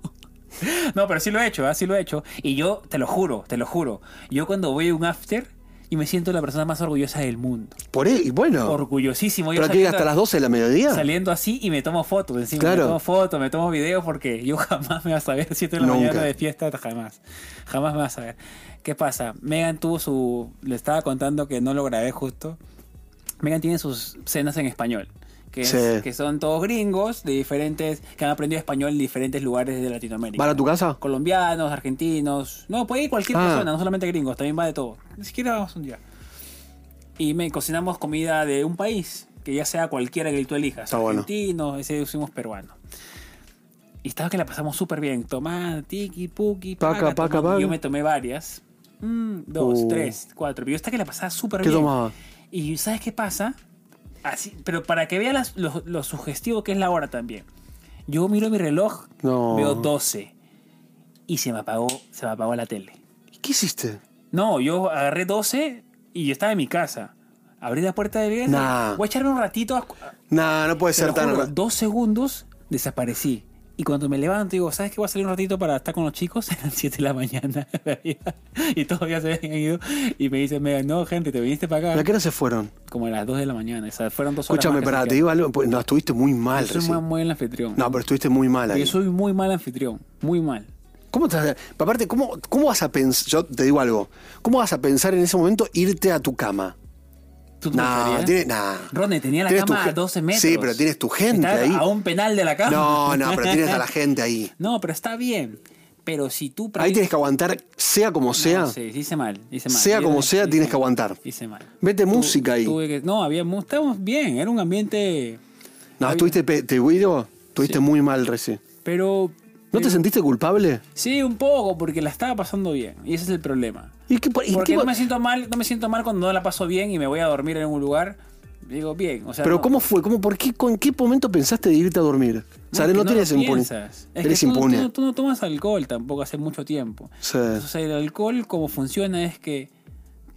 No, pero sí lo he hecho, así lo he hecho. Y yo, te lo juro, te lo juro. Yo cuando voy a un after y me siento la persona más orgullosa del mundo.
Por ahí, bueno.
Orgullosísimo. Yo
¿Pero aquí
saliendo-
hasta las 12 de la mediodía?
Saliendo así y me tomo fotos encima.
Claro.
Me tomo fotos, me tomo videos porque yo jamás me vas a ver 7 de la
Nunca.
mañana de fiesta, jamás. Jamás me vas a ver. ¿Qué pasa? Megan tuvo su. Le estaba contando que no lo grabé justo. Megan tiene sus cenas en español. Que, es-
Sí.
que son todos gringos de diferentes. que han aprendido español en diferentes lugares de Latinoamérica.
¿Van a tu casa?
Colombianos, argentinos. No, puede ir cualquier
Ah.
persona, no solamente gringos, también va de todo. Ni siquiera vamos un día. Y me cocinamos comida de un país, que ya sea cualquiera que tú elijas.
Está bueno.
Argentino, ese hicimos peruano. Y estaba que la pasamos súper bien. Tomá, tiki, puki,
Paca, paca,
tomando.
paca.
Yo me tomé varias. Mm, dos,
Uh.
tres, cuatro. Yo hasta que la pasaba súper
¿Qué
bien.
tomaba?
Y ¿sabes qué pasa? Así, pero para que veas las- lo, lo sugestivo que es la hora también. Yo miro mi reloj,
No.
veo 12 y se me apagó, se me apagó la tele.
¿Qué hiciste?
No, yo agarré 12 y yo estaba en mi casa. Abrí la puerta de bien.
Nah.
Voy a echarme un ratito. a-
Nah, no puede
te lo
ser tan.
juro, dos segundos desaparecí. Y cuando me levanto digo, ¿sabes qué? Voy a salir un ratito para estar con los chicos. Eran 7 de la mañana. y todavía se habían ido. Y me dicen, Megan, no, gente, te viniste para acá
¿A qué hora se fueron?
como a las 2 de la mañana. O sea, fueron dos horas.
Escúchame,
más que
pará,
se
te digo algo. pues, No, estuviste muy mal
quedaron. Yo soy
recién.
muy, muy mal anfitrión.
No, pero estuviste muy mal ahí.
Yo soy muy mal anfitrión. Muy mal.
¿Cómo te vas a- pero Aparte, ¿cómo, ¿cómo vas a pensar? Yo te digo algo. ¿Cómo vas a pensar en ese momento irte a tu cama?
¿Tú te
No,
gustaría?
tiene- nah.
Ronnie, tenía la
Tienes tu
cama a
gen-
12 metros.
Sí, pero tienes tu gente
Estaba
ahí.
A un penal de la cama.
No, no, pero tienes a la gente ahí.
No, pero está bien. Pero si tú.
Ahí tienes que aguantar, sea como sea.
No, sí, sí, hice mal. Hice mal.
Sea
Yo
como
hice-
sea,
hice
tienes que
mal.
aguantar.
Hice mal.
Vete
Tu-
música ahí.
tuve que- no, había. mu- Estábamos bien. Era un ambiente.
No, estuviste, pe- te digo, estuviste muy mal recién.
Pero.
¿No te sentiste culpable?
Sí, un poco, porque la estaba pasando bien. Y ese es el problema.
¿Y qué, por- y
Porque
qué-
no me siento mal, no me siento mal cuando no la paso bien y me voy a dormir en un lugar. Digo, bien, o sea,
pero
no,
cómo fue? ¿Cómo, por qué, ¿Con en qué momento pensaste de irte a dormir? O sea,
es
no,
que lo
tienes impune.
piensas. Es que
Eres
tú no-
impune.
Tú, no- tú no tomas alcohol tampoco hace mucho tiempo.
Sí.
O sea, el alcohol como funciona es que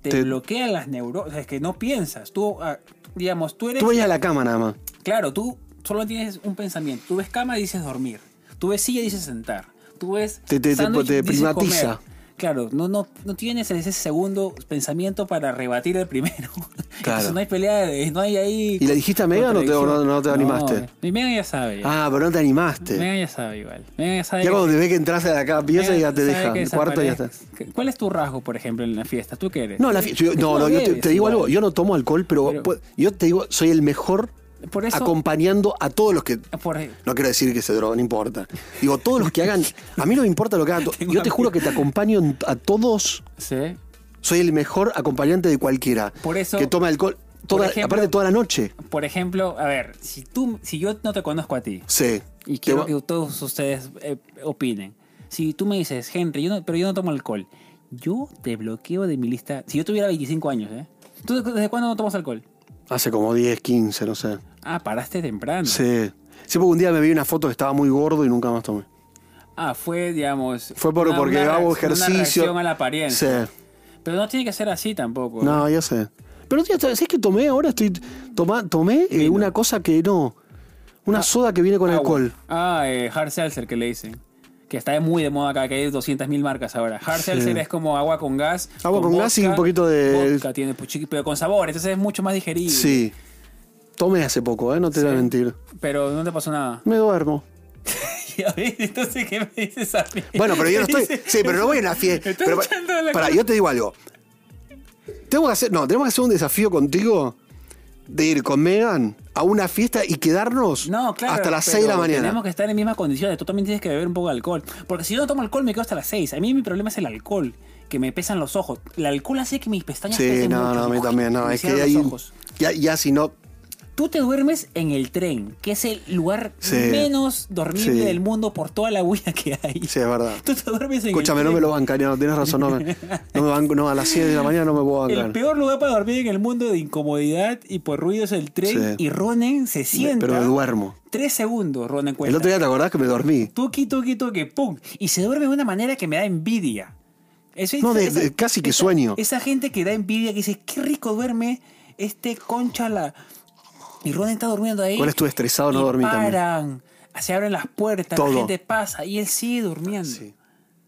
te,
Te-
bloquea las neuronas, es que no piensas. Tú, ah, digamos, tú eres...
Tú veías a la cama nada más.
Claro, tú solo tienes un pensamiento. Tú ves cama y dices dormir. Tú ves silla y dices sentar. Tú ves.
Te- te- te-
sándwich
te
y dices
primatiza.
comer. Claro, no, no, no tienes ese segundo pensamiento para rebatir el primero. Entonces no hay pelea, de- no hay ahí.
¿Y le dijiste a Megan o te-
contradicción.
o no- no te animaste?
y Megan ya sabe. ya.
Ah, pero no te animaste.
Megan ya sabe igual. Megan ya sabe.
Ya
que-
cuando te ve que entras a la cama, piensa y
Megan
ya te
sabe
deja.
que
El cuarto ya está.
desaparezco. ¿Cuál es tu rasgo, por ejemplo, en la fiesta? ¿Tú qué eres?
No, la fi- yo-
Tú
no, no, yo te,
bebes
te digo
igual.
algo, yo no tomo alcohol, pero,
Pero-
pu- yo te digo, soy el mejor
Por eso-
acompañando a todos los que...
Por,
No quiero decir que se droga, no importa. Digo, todos los que hagan... A mí no me importa lo que hagan. to- Yo te juro que te acompaño en- a todos.
sí.
Soy el mejor acompañante de cualquiera.
Por eso-
Que toma alcohol. toda-
ejemplo-
aparte toda la noche.
Por ejemplo, a ver, si tú, si yo no te conozco a ti
Sí.
y
Te
quiero
va-
que todos ustedes eh, opinen, si tú me dices, Henry, yo no- pero yo no tomo alcohol, yo te bloqueo de mi lista. Si yo tuviera 25 años, ¿eh? ¿Tú de- desde cuándo no tomas alcohol?
Hace como 10, 15, no sé.
Ah, paraste temprano.
Sí. Sí, porque un día me vi una foto que estaba muy gordo y nunca más tomé.
Ah, fue, digamos.
Fue por-
una-
porque
una
hago
reacción-
ejercicio.
Una reacción a la apariencia.
Sí.
Pero no tiene que ser así tampoco.
No, ya sé. Pero ya sabes que tomé ahora estoy toma, tomé eh, una cosa que no, una soda que viene con
Ah, Agua.
alcohol.
Ah, eh, Hard Seltzer que le dicen. Que está muy de moda acá, que hay 200.000 marcas ahora. Hard Seltzer es como agua con gas.
Agua con gas y un poquito de-
Vodka tiene, pues, chiqui- pero con sabor, entonces es mucho más digerible.
Sí. Tomé hace poco, eh, no te voy a mentir.
Pero no te pasó nada.
Me duermo.
Ya ves, entonces, ¿qué me dices a mí?
Bueno, pero yo no
Me
estoy.
dices-
Sí, pero no voy a la fiesta.
Me estás
Pero,
echando a la
para,
cara.
yo te digo algo. Tengo que hacer. No, tenemos que hacer un desafío contigo de ir con Megan a una fiesta y quedarnos
No, claro.
hasta las 6 de
pero
la mañana.
Tenemos que estar en mismas condiciones. Tú también tienes que beber un poco de alcohol. Porque si yo no tomo alcohol, me quedo hasta las 6. A mí mi problema es el alcohol, que me pesan los ojos. El alcohol hace que mis pestañas
Sí,
pesen
no,
mucho,
no, a mí
me-
también, no.
me
Es que
cierran los
ahí.
ojos.
Ya, ya si no.
Tú te duermes en el tren, que es el lugar
Sí.
menos dormible
Sí.
del mundo por toda la bulla que hay.
Sí, es verdad.
Tú te duermes en
Escúchame,
el
no me
tren.
lo bancaría, no tienes razón, no me, no me banco, no, a las 7 de la mañana no me puedo
El
bancar.
peor lugar para dormir en el mundo de incomodidad y por ruido es el tren.
Sí.
Y Ronen se sienta.
pero me duermo.
Tres segundos, Ronen
El
cuenta.
otro día te acordás que me dormí.
Tuki, tuki, tuki, pum. Y se duerme de una manera que me da envidia. Eso-
No, de-
esa-
de- casi que
esa-
sueño.
Esa gente que da envidia, que dice, qué rico duerme este concha la... Y Ronen está durmiendo ahí.
Ahora estuve estresado, no
y
dormí también.
paran se abren las puertas,
Todo.
la gente pasa y él sigue durmiendo.
Sí.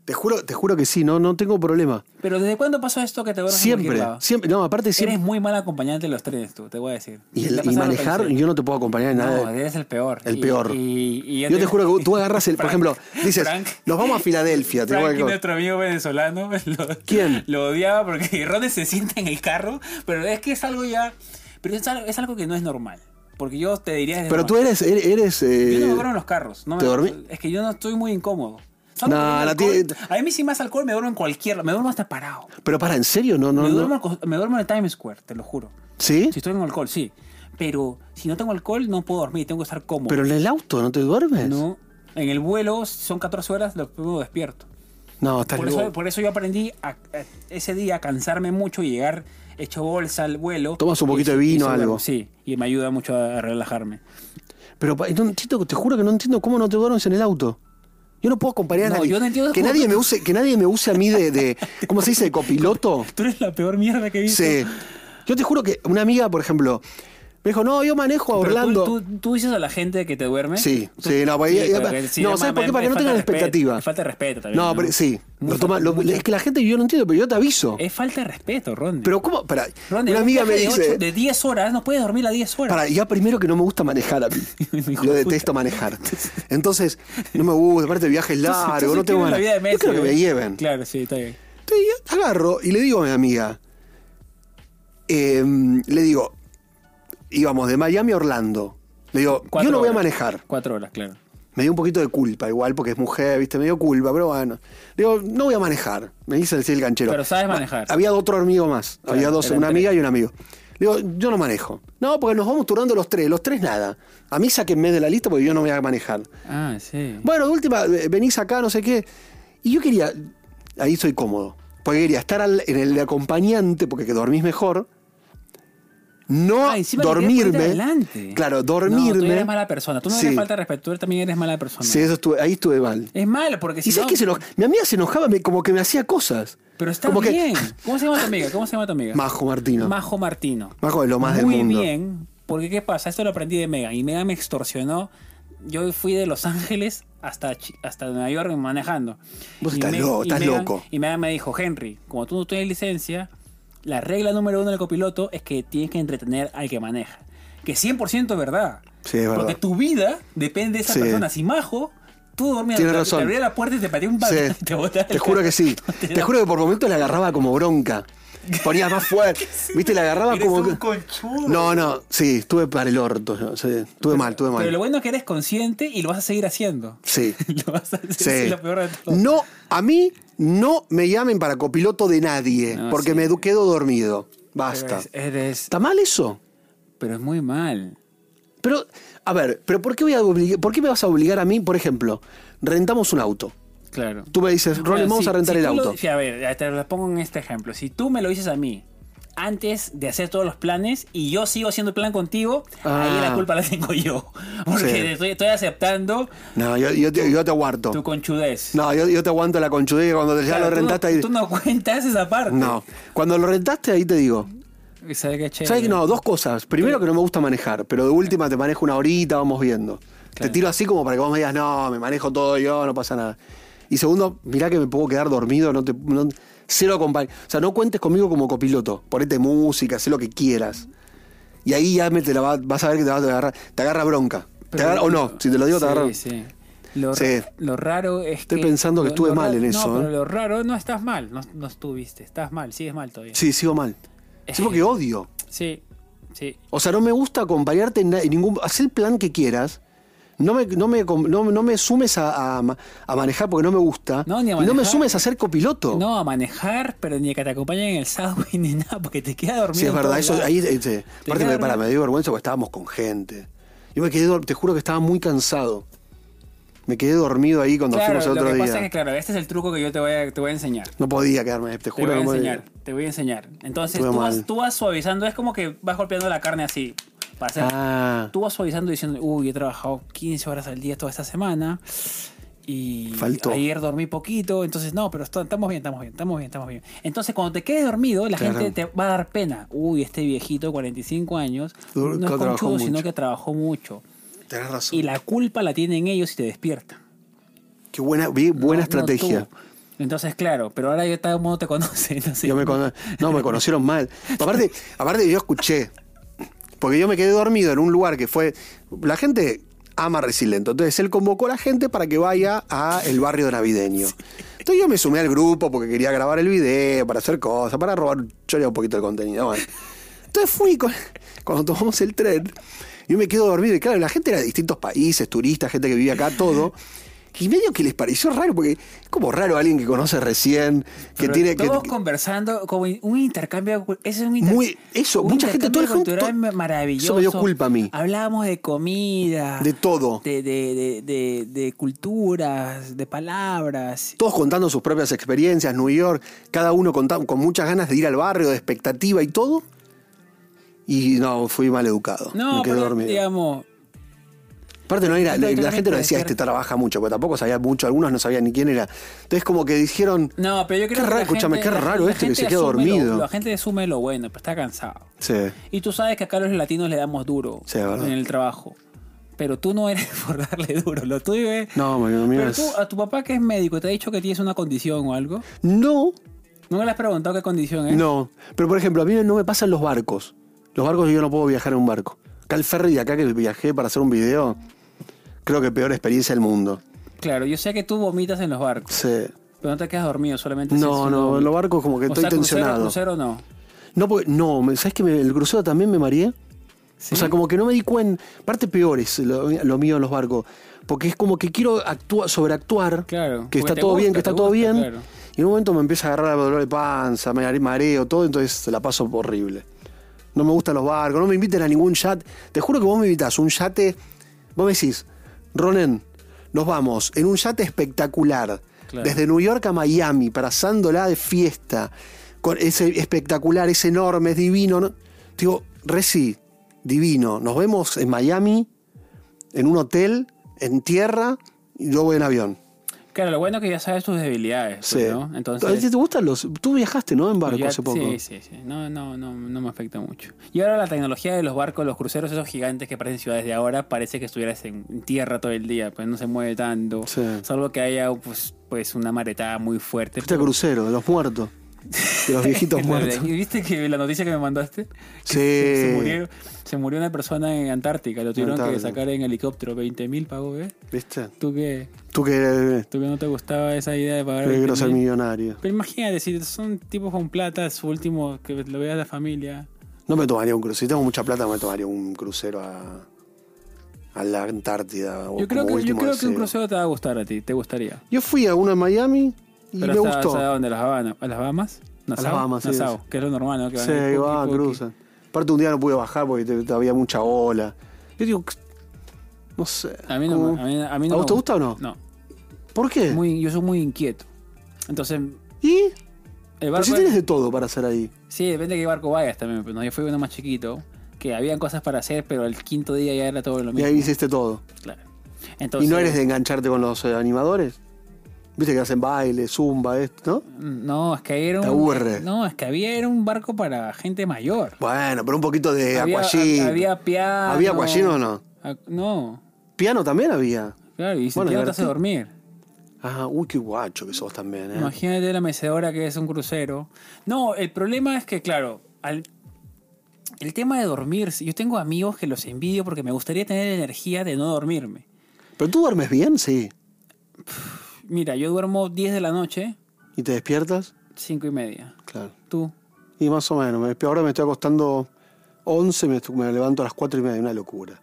Te juro, te juro que sí, no, no tengo problema.
Pero ¿desde cuándo pasó esto que te duermes en
Siempre,
cualquier lado?
siempre. No, aparte
Eres
siempre.
muy mal acompañante de los trenes, tú, te voy a decir.
Y,
La
el- y
pasada lo
manejar,
pensé.
yo no te puedo acompañar en nada.
No, eres el peor.
El
Y-
peor.
y- y
yo te juro que tú agarras el, por
Frank-
ejemplo, dices,
Frank-
nos vamos a Filadelfia. te
Frankie,
digo algo.
nuestro amigo venezolano, lo,
¿Quién?
lo odiaba porque Ron se sienta en el carro, pero es que es algo ya. Pero es algo, es algo que no es normal. Porque yo te diría. desde
Pero
lo
tú
más-
eres, eres, eres, eh,
Yo no me duermo en los carros. No me-
¿te dormí?
Es que yo no estoy muy incómodo.
No,
No,
la tiene-
A mí, sin más alcohol, me duermo en cualquier. Me duermo hasta parado.
pero para, en serio, no, no,
me,
no.
duermo, al cos- me duermo en el Times Square, te lo juro.
¿Sí?
Si estoy con alcohol, sí. Pero si no tengo alcohol, no puedo dormir, tengo que estar cómodo.
Pero en el auto, ¿no te duermes?
No. En el vuelo son 14 horas, lo pongo despierto.
No, estás
Por
loco.
eso, por eso yo aprendí a- a- ese día a cansarme mucho y llegar hecho bolsa al vuelo.
Tomas un poquito
Y-
de
y
vino,
eso,
algo.
bueno, Sí, y me ayuda mucho a, a relajarme.
Pero pa- no entiendo, te juro que no entiendo cómo no te duermes en el auto. Yo no puedo acompañar a
No,
nadie.
yo no entiendo
que
cómo-
nadie me use, que nadie me use a mí de, de- ¿cómo se dice? de copiloto.
Tú eres la peor mierda que he visto.
Sí. Yo te juro que una amiga, por ejemplo, me dijo, no, yo manejo a
Pero tú-
Orlando.
Tú, tú dices a la gente que te duerme.
Sí, sí, no, porque- y- y-
pero que- sí,
no,
me-
¿sabes por
me-
qué? Para que
me
no tengan
falta respeto,
expectativa.
me falta de respeto también.
no, pero sí.
Muy
Lo toma- lo-
falta-
es que la gente, yo no entiendo, pero yo te aviso.
Es falta de respeto, Ronnie.
Pero ¿cómo? Pará,
Ronnie,
una
un
amiga me
viaje de
dice...
ocho- de 10 horas, no puedes dormir a 10 horas.
Para, ya primero que no me gusta manejar a mí.
Hijo
Yo
de
detesto manejar. Entonces, no me gusta, aparte viajes largos, no tengo
una
ganas.
vida de
Yo
Messi,
creo que
¿eh?
me lleven.
Claro, sí, está bien.
Entonces, yo agarro y le digo a mi amiga, eh, le digo, íbamos de Miami a Orlando. Le digo, yo
Cuatro
no voy a
horas.
manejar.
Cuatro horas, claro.
Me dio un poquito de culpa igual, porque es mujer, viste, me dio culpa, pero bueno. Le digo, no voy a manejar, me dice el, el ganchero.
Pero sabes
Ma-
manejar.
Había otro amigo más,
Claro,
había dos,
eran
una
tres.
amiga y un amigo. Le digo, yo no manejo. No, porque nos vamos turnando los tres, los tres nada. A mí sáquenme de la lista porque yo no voy a manejar.
Ah, sí.
Bueno, de última, eh, venís acá, no sé qué. Y yo quería, ahí soy cómodo, porque quería estar al- en el acompañante, porque que dormís mejor. No
Ah, encima te quedas por
dormirme.
ahí adelante.
Claro,
No,
dormirme.
tú eres mala persona. Tú no
Sí.
eres falta de respeto, tú también eres mala persona.
Sí, eso estuve, ahí estuve mal.
Es mala porque si
¿Y sabes
no,
que se enoj- Mi amiga se enojaba, me- como que me hacía cosas.
Pero está
Como que-
bien. ¿Cómo se llama tu amiga? ¿Cómo se llama tu amiga?
Majo Martino.
Majo Martino.
Majo es lo más del
Muy
mundo.
bien, porque ¿qué pasa? Esto lo aprendí de Megan y Megan me extorsionó. Yo fui de Los Ángeles hasta, Chi- hasta Nueva York manejando.
Vos
Y
estás lo-
y
estás
Megan-
loco.
Y Megan me dijo, Henry, como tú no tienes licencia, la regla número uno del copiloto es que tienes que entretener al que maneja. Que 100% es verdad.
Sí, es verdad.
Porque tu vida depende de esa
Sí.
persona. Si majo, tú dormías,
Tienes
te,
razón.
te abría la puerta y te pateé un
Sí.
bate y te botaba
Te
el
juro que sí.
carro.
Te juro que por momentos la agarraba como bronca. Ponía más fuerte. Viste, la agarraba
Eres
como.
un
que-
conchudo.
No, no, sí, estuve para el orto. yo, sí, estuve mal, estuve
Pero lo
mal.
bueno es que eres consciente y lo vas a seguir haciendo.
Sí.
lo vas a hacer,
Sí.
es lo peor de todo.
No, a mí no me llamen para copiloto de nadie,
No,
porque
sí.
me du- quedo dormido.
Pero
Basta.
es- eres-
¿Está mal eso?
pero es muy mal.
Pero, a ver, pero ¿por qué, voy a oblig- ¿por qué me vas a obligar a mí? Por ejemplo, rentamos un auto.
Claro.
Tú me dices, Rolly,
Bueno,
vamos
si-
a rentar
Ah, si
el
tú lo-
auto.
si, a ver, ya te lo pongo en este ejemplo. Si tú me lo dices a mí antes de hacer todos los planes y yo sigo haciendo el plan contigo, ahí
Ah.
la culpa la tengo yo. Porque
Sí.
estoy, estoy aceptando
No, yo, yo te, yo te aguanto.
tu conchudez.
No, yo, yo te aguanto la conchudilla cuando te- ya
Claro,
lo rentaste
tú no,
ahí.
tú no cuentas esa parte.
No, cuando lo rentaste ahí te digo.
¿Sabes qué chévere?
¿Sabes qué? No, dos cosas. Primero que no me gusta manejar, pero de última te manejo una horita, vamos viendo. Te
Claro.
tiro así como para que vos me digas, no, me manejo todo yo, no pasa nada. Y segundo, mirá que me puedo quedar dormido, no te. no- cero acompaño. O sea, no cuentes conmigo como copiloto. Ponete música, sé lo que quieras. Y ahí ya me te la va- vas a ver que te vas a agarrar. Te agarra bronca. Te
Pero-
agarra- o no, si te lo digo, te
Sí,
agarra.
sí. Lo,
Sí.
lo raro es
Estoy
que.
pensando que
lo-
estuve
lo
mal
raro-
en eso,
No, pero
¿eh?
lo raro no estás mal. No, no estuviste. Estás mal. Sigues mal todavía.
Sí, sigo mal. Sí, porque odio.
Sí. Sí.
O sea, no me gusta acompañarte en, na- en ningún. Haz el plan que quieras. No me, no me, com- no, no me sumes a, a ma- a manejar porque no me gusta.
No, ni a
Y no me
manejar.
sumes a ser copiloto.
No a manejar, pero ni que te acompañen en el subway ni nada, porque te queda dormido.
Sí, es
en
verdad.
todos
Eso,
lados.
ahí, eh, sí. Aparte, me,
queda
para,
re-
me dio vergüenza porque estábamos con gente. Yo me quedé, dor- te juro que estaba muy cansado. Me quedé dormido ahí cuando
Claro,
fuimos el
lo
otro
que
día.
pasa es que, claro, este es el truco que yo te voy a, te voy a enseñar.
No podía quedarme, te
Te
juro
voy a
que no podía.
enseñar, te voy a enseñar. Entonces
Estuve
tú vas,
mal.
tú vas suavizando, es como que vas golpeando la carne así. Para hacer
Ah,
tú vas suavizando diciendo, uy, he trabajado 15 horas al día toda esta semana y
Faltó.
ayer dormí poquito, entonces no, pero esto- estamos bien, estamos bien, estamos bien, estamos bien. Entonces cuando te quedes dormido, la
Claro.
gente te va a dar pena. Uy, este viejito, 45 años,
Dur-
no
que
es
trabajó
conchudo, sino
mucho.
que trabajó mucho.
Tenés razón.
Y la culpa la tienen ellos y te despiertan.
Qué buena, vi- buena
No, no
estrategia.
tú. Entonces, claro, pero ahora ya todo el mundo te conoce. entonces-
Yo me cono- no, me conocieron mal. Aparte, aparte yo escuché, porque yo me quedé dormido en un lugar que fue... La gente ama Resilento, entonces él convocó a la gente para que vaya a el barrio navideño. Entonces yo me sumé al grupo porque quería grabar el video, para hacer cosas, para robar chorear un poquito el contenido. bueno. Entonces fui con- cuando tomamos el tren, yo me quedo dormido y claro, la gente era de distintos países, turistas, gente que vivía acá, todo. Y medio que les pareció raro, porque es como raro alguien que conoce recién, que
Pero
tiene que,
todos conversando como un intercambio cul- ese es un inter-
Muy- eso,
un
mucha gente,
intercambio
todo el mundo-
cultural
todo-
maravilloso
eso me dio culpa a mí.
hablábamos de comida
De todo.
de, de- de- de- de culturas de palabras
todos contando sus propias experiencias, New York, cada uno contaba- con muchas ganas de ir al barrio, de expectativa y todo. Y no, fui mal educado.
no
me quedé
pero
dormido.
digamos
Aparte no era, la,
Estoy
la gente no
totalmente
decía
de
este trabaja mucho, porque tampoco sabía mucho, algunos no sabían ni quién era. Entonces como que dijeron,
no pero yo creo
Qué
que
raro,
la
escúchame,
gente-
qué
la-
raro
la
este que se
gente
queda
asume lo-
dormido.
la gente asume lo bueno pero está cansado
sí,
y tú sabes que acá los latinos le damos duro
Sí, es verdad.
en el trabajo pero tú no eres por darle duro lo tuyo es
no, me mira,
pero
es-
tú, ah, a tu papá que es médico, ¿te ha dicho que tienes una condición o algo?
no,
¿No le has preguntado qué condición es?
no. Pero por ejemplo, a mí no me pasan los barcos. Los barcos yo no puedo viajar en un barco. Acá el ferry de acá que viajé para hacer un video, creo que peor experiencia del mundo.
Claro, yo sé que tú vomitas en los barcos,
Sí.
pero no te quedas dormido, solamente
No, no, en los barcos como que estoy tensionado.
Crucero, crucero no.
No, porque, no, me- ¿sabes que me- el crucero también me mareé?
¿Sí?
O sea, como que no me di cuenta. Parte peor es lo, lo mío en los barcos. Porque es como que quiero actuar, sobreactuar.
Claro, porque
Que está
te
todo
gusta,
bien, que está
te
todo
gusta,
bien.
claro.
Y en un momento me empieza a agarrar el dolor de panza, me are- mareo, todo, entonces la paso horrible. No me gustan los barcos, no me inviten a ningún yate. Te juro que vos me invitas un yate. Vos me decís, Ronen, nos vamos en un yate espectacular.
Claro.
Desde New York a Miami, pasándola de fiesta. Con ese espectacular, es enorme, es divino. ¿no? Te Digo, Reci, divino. Nos vemos en Miami, en un hotel, en tierra, y luego en avión.
Claro, lo bueno es que ya sabes tus debilidades,
Sí.
pues, ¿no? Entonces...
¿Te gustan los.? Tú viajaste, ¿no? En barco
ya-
hace poco.
Sí, sí, sí. No, no, no, no me afecta mucho. Y ahora la tecnología de los barcos, los cruceros, esos gigantes que parecen ciudades de ahora, parece que estuvieras en en tierra todo el día, pues no se mueve tanto.
Sí.
Salvo que haya pues, pues una maretada muy fuerte.
Fuiste a crucero, de los muertos. De los viejitos muertos. Eh.
¿Viste que la noticia que me mandaste?
Sí.
Se murió, se murió una persona en Antártica, lo tuvieron que
Antártica.
sacar en helicóptero, 20 mil pagó, ¿ves?
¿Viste?
¿Tú que,
Tú que eh,
¿Tú que no te gustaba esa idea de pagar
quiero ser
20.000?
millonario.
Pero imagínate, si son tipos con plata, su último, que lo veas la familia.
No me tomaría un crucero. Si tengo mucha plata, me tomaría un crucero a. a la Antártida. o
Yo creo,
como
que, yo
último
creo que un
deseo.
crucero te va a gustar a ti, te gustaría.
Yo fui a uno en Miami y
Pero
me
hasta-
gustó.
¿hasta dónde? ¿Las Habanas? ¿A las Bahamas? ¿Nassau?
las Bahamas, sí,
Nassau,
sí.
que es lo normal, ¿no? Que van
Sí,
ahí,
va,
puki, puki.
cruzan. Aparte, un día no pude bajar porque te- te había mucha ola. Yo digo. No sé.
A mí no,
como-
me- a mí, a mí no
¿A vos
me
te gusta o no?
No.
¿Por qué?
Muy, yo soy muy inquieto. Entonces,
¿Y?
el
Pero
barco.
si tienes de todo para hacer ahí.
Sí, depende de qué barco vayas también. Pero no, yo fui uno más chiquito, que habían cosas para hacer, pero el quinto día ya era todo lo
Y
mismo.
ahí hiciste todo.
Claro. Entonces,
¿Y no eres de engancharte con los eh, animadores? Viste que hacen baile, zumba, esto, ¿no?
No, es que era un.
Te aburre.
No, es que había era un barco para gente mayor.
Bueno, pero un poquito de
había,
aquagym.
ha- había piano.
Eh, ¿Había aquagym o no?
A- no,
Piano también había.
claro, y si
Bueno,
te vas a
divertido.
dormir.
Ah, uy, qué guacho que sos también, ¿eh?
Imagínate la mecedora que es un crucero. No, el problema es que, claro, al, el tema de dormir, yo tengo amigos que los envidio porque me gustaría tener energía de no dormirme.
Pero tú duermes bien, sí.
Mira, yo duermo 10 de la noche,
¿Y te despiertas?
5 y media.
Claro.
Tú.
Y más o menos. me despi- Ahora me estoy acostando 11, me, estu- me levanto a las 4 y media, una locura.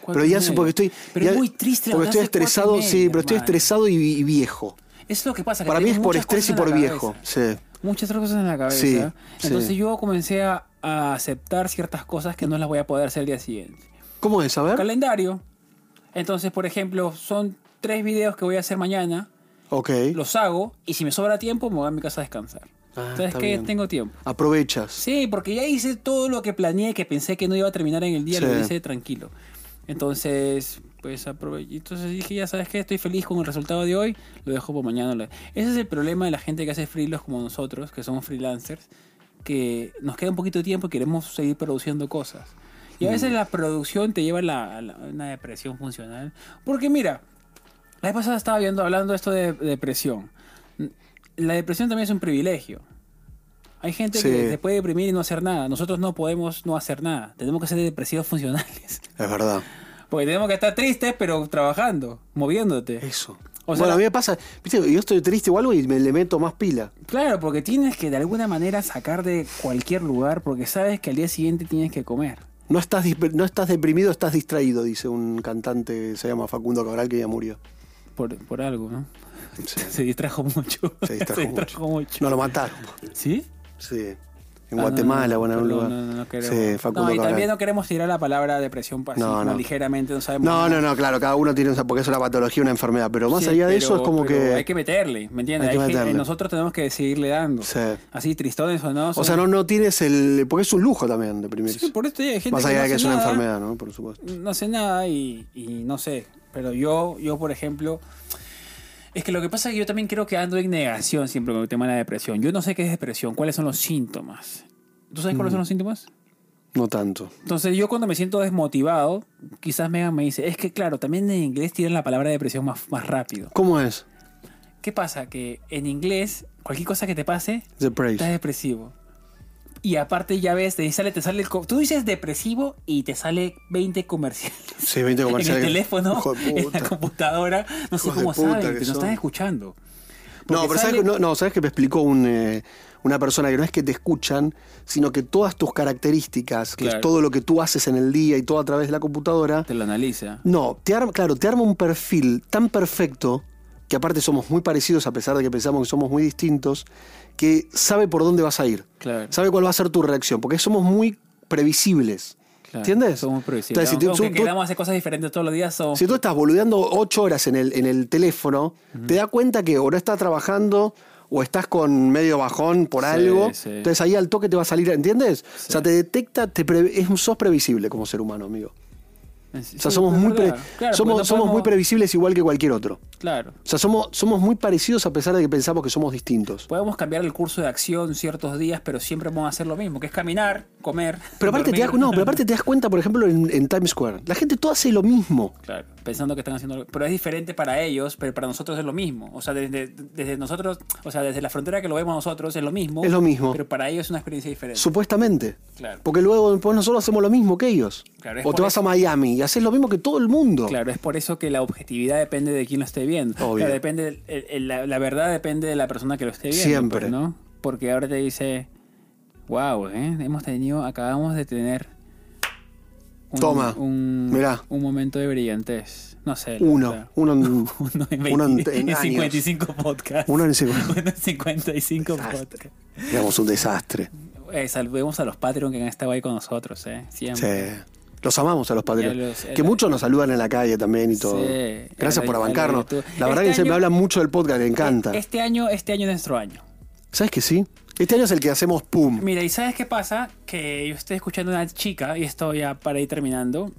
cuatro
Pero
y
ya
media.
sé, porque estoy.
Pero
ya-
es muy triste
Porque
levantarse cuatro
estoy
y
estresado,
media,
sí, pero estoy
hermano.
estresado y, y viejo.
Es lo que pasa. que
Para mí
tengo
es por
muchas
estrés y
cosas en
por
la
viejo.
cabeza.
Sí.
Muchas otras cosas en la cabeza.
Sí,
Entonces
sí.
yo comencé a, a aceptar ciertas cosas que no las voy a poder hacer el día siguiente.
¿Cómo es? A ver.
Calendario. Entonces, por ejemplo, son tres videos que voy a hacer mañana.
Ok.
Los hago y si me sobra tiempo me voy a mi casa a descansar.
Ah,
¿Sabes
está
qué?
bien.
Tengo tiempo.
Aprovechas.
Sí, porque ya hice todo lo que planeé que pensé que no iba a terminar en el día, lo
Sí.
hice tranquilo. Entonces, pues aproveché. Entonces dije, ya sabes que estoy feliz con el resultado de hoy, lo dejo por mañana. Lo- Ese es el problema de la gente que hace freelos como nosotros, que somos freelancers, que nos queda un poquito de tiempo y queremos seguir produciendo cosas. Y a veces la producción te lleva a, la- a la- a una depresión funcional. Porque mira, la vez pasada estaba viendo, hablando esto de, de depresión. La depresión también es un privilegio. Hay gente
Sí.
que se puede deprimir y no hacer nada. Nosotros no podemos no hacer nada. Tenemos que ser depresivos funcionales.
Es verdad.
Porque tenemos que estar tristes, pero trabajando, moviéndote.
Eso.
O sea,
bueno,
la-
a mí me pasa, viste, yo estoy triste o algo y me le meto más pila.
Claro, porque tienes que de alguna manera sacar de cualquier lugar porque sabes que al día siguiente tienes que comer.
No estás, dispe- no estás deprimido, estás distraído, dice un cantante, se llama Facundo Cabral, que ya murió.
Por, por algo, ¿no?
Sí.
Se distrajo mucho.
Se distrajo
mucho.
No lo mataron.
¿sí?
Sí. En
Ah,
Guatemala,
no,
bueno, en
no,
algún lugar.
No, no, no queremos.
Sí, Facundo
No, y
Cabral.
también no queremos tirar la palabra depresión así,
No, no.
ligeramente, no sabemos.
No,
nada.
no, no, claro, cada uno tiene esa, porque es una patología, una enfermedad, pero más
Sí,
allá de eso
pero-
es como
pero
que...
Hay que meterle, ¿me entiendes?
hay que
Hay que-
meterle.
nosotros tenemos que seguirle dando.
Sí.
Así, tristones o no.
O sea, no, no tienes el... Porque es un lujo también deprimirse.
Sí, por esto hay gente
más allá
no
de que
hace
es una
nada.
enfermedad, ¿no? Por supuesto.
no sé nada y, y no sé. Pero yo, yo, por ejemplo, es que lo que pasa es que yo también creo que ando en negación siempre con el tema de la depresión. Yo no sé qué es depresión, cuáles son los síntomas. ¿Tú sabes
Mm.
cuáles son los síntomas?
No tanto.
Entonces yo cuando me siento desmotivado, quizás Megan me dice, es que claro, también en inglés tiran la palabra depresión más, más rápido.
¿Cómo es?
¿Qué pasa? Que en inglés, cualquier cosa que te pase,
The
estás
Praise.
depresivo. Y aparte ya ves, te sale, te sale el... co- Tú dices depresivo y te sale 20 comerciales
Sí, 20
en el
comerciales.
teléfono,
Hijo de
en la
puta.
computadora. No sé
Hijos de
cómo
puta
saben,
que
que nos
son.
están escuchando.
No,
Porque sale-
pero ¿sabes, que- no, no, ¿sabes que me explicó un, eh, una persona que no es que te escuchan, sino que todas tus características, que
Claro.
es todo lo que tú haces en el día y todo a través de la computadora,
Te lo analiza.
no, te arma, claro, te arma un perfil tan perfecto, que aparte somos muy parecidos a pesar de que pensamos que somos muy distintos, que sabe por dónde vas a ir,
Claro.
sabe cuál va a ser tu reacción, porque somos muy previsibles.
claro.
¿Entiendes?
Somos previsibles.
Entonces, si tú-
Aunque
tú-
queramos hacer cosas diferentes todos los días, somos
si tú estás boludeando ocho horas en el, en el teléfono, te das cuenta que o no estás trabajando o estás con medio bajón por
Sí,
algo.
sí.
Entonces ahí al toque te va a salir, ¿entiendes? O sea, te detecta, te pre- es, sos previsible como ser humano, amigo. O sea,
Sí,
somos,
es
muy, pre-
verdad. Claro,
somos,
porque no
somos muy
podemos-
previsibles igual que cualquier otro.
Claro.
O sea, somos, somos muy parecidos a pesar de que pensamos que somos distintos.
Podemos cambiar el curso de acción ciertos días, pero siempre vamos a hacer lo mismo, que es caminar, comer.
Pero aparte, te
dormir.
das, no, pero aparte te das cuenta, por ejemplo, en, en Times Square. La gente toda hace lo mismo.
Claro, pensando que están haciendo algo- Pero es diferente para ellos, pero para nosotros es lo mismo. O sea, desde, desde nosotros, o sea, desde la frontera que lo vemos nosotros es lo mismo.
Es lo mismo.
Pero para ellos es una experiencia diferente.
Supuestamente.
Claro.
Porque luego pues, nosotros hacemos lo mismo que ellos.
Claro, es
o
por
te vas
eso.
a Miami y haces lo mismo que todo el mundo.
Claro, es por eso que la objetividad depende de quién lo esté viendo.
Obvio.
Claro, depende, el- el- la, la verdad depende de la persona que lo esté viendo.
Siempre.
pues, ¿no? Porque ahora te dice, wow, ¿eh? hemos tenido, acabamos de tener un,
Toma,
un,
mirá.
un momento de brillantez. No sé. la
Uno,
verdad.
uno, en-
Uno en,
Uno en-
20
en
en
años.
55 podcasts.
uno en segundo.
Uno en 55
Desastre.
podcasts.
Éramos un desastre.
Eh, saludemos a los Patreon que han estado ahí con nosotros, ¿eh? Siempre.
Sí. Los amamos a los padres.
Ya los-
que
el-
muchos nos saludan en la calle también y todo.
Sí.
Gracias
El-
por
el-
abancarnos.
el- el-
La verdad
Este
que se me
año-
hablan mucho del podcast, me encanta.
Este año, este año es nuestro año.
¿Sabes que sí? Este año es el que hacemos pum.
Mira, ¿y sabes qué pasa? Que yo estoy escuchando a una chica, y esto ya para ir terminando,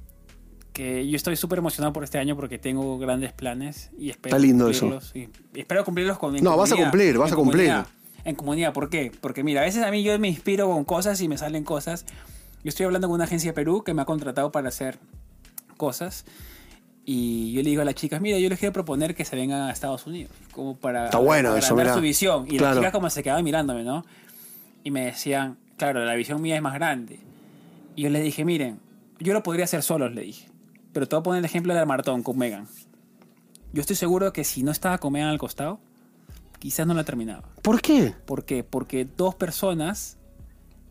que yo estoy súper emocionado por este año porque tengo grandes planes y espero
Está lindo
cumplirlos. Y y espero cumplirlos con... en
No, vas a
comunidad,
cumplir, vas
en
a cumplir.
comunidad. en comunidad, ¿por qué? Porque mira, a veces a mí yo me inspiro con cosas y me salen cosas. Yo estoy hablando con una agencia de Perú que me ha contratado para hacer cosas. Y yo le digo a las chicas, mira, yo les quiero proponer que se vengan a Estados Unidos. Como para
Está bueno
para
eso,
agrandar
mirá.
su visión. Y las
Claro.
chicas como se quedaban mirándome, ¿no? y me decían, claro, la visión mía es más grande. Y yo les dije, miren, yo lo podría hacer solos, le dije. Pero te voy a poner el ejemplo del maratón con Megan. Yo estoy seguro que si no estaba con Megan al costado, quizás no la terminaba.
¿Por qué?
¿Por qué? Porque dos personas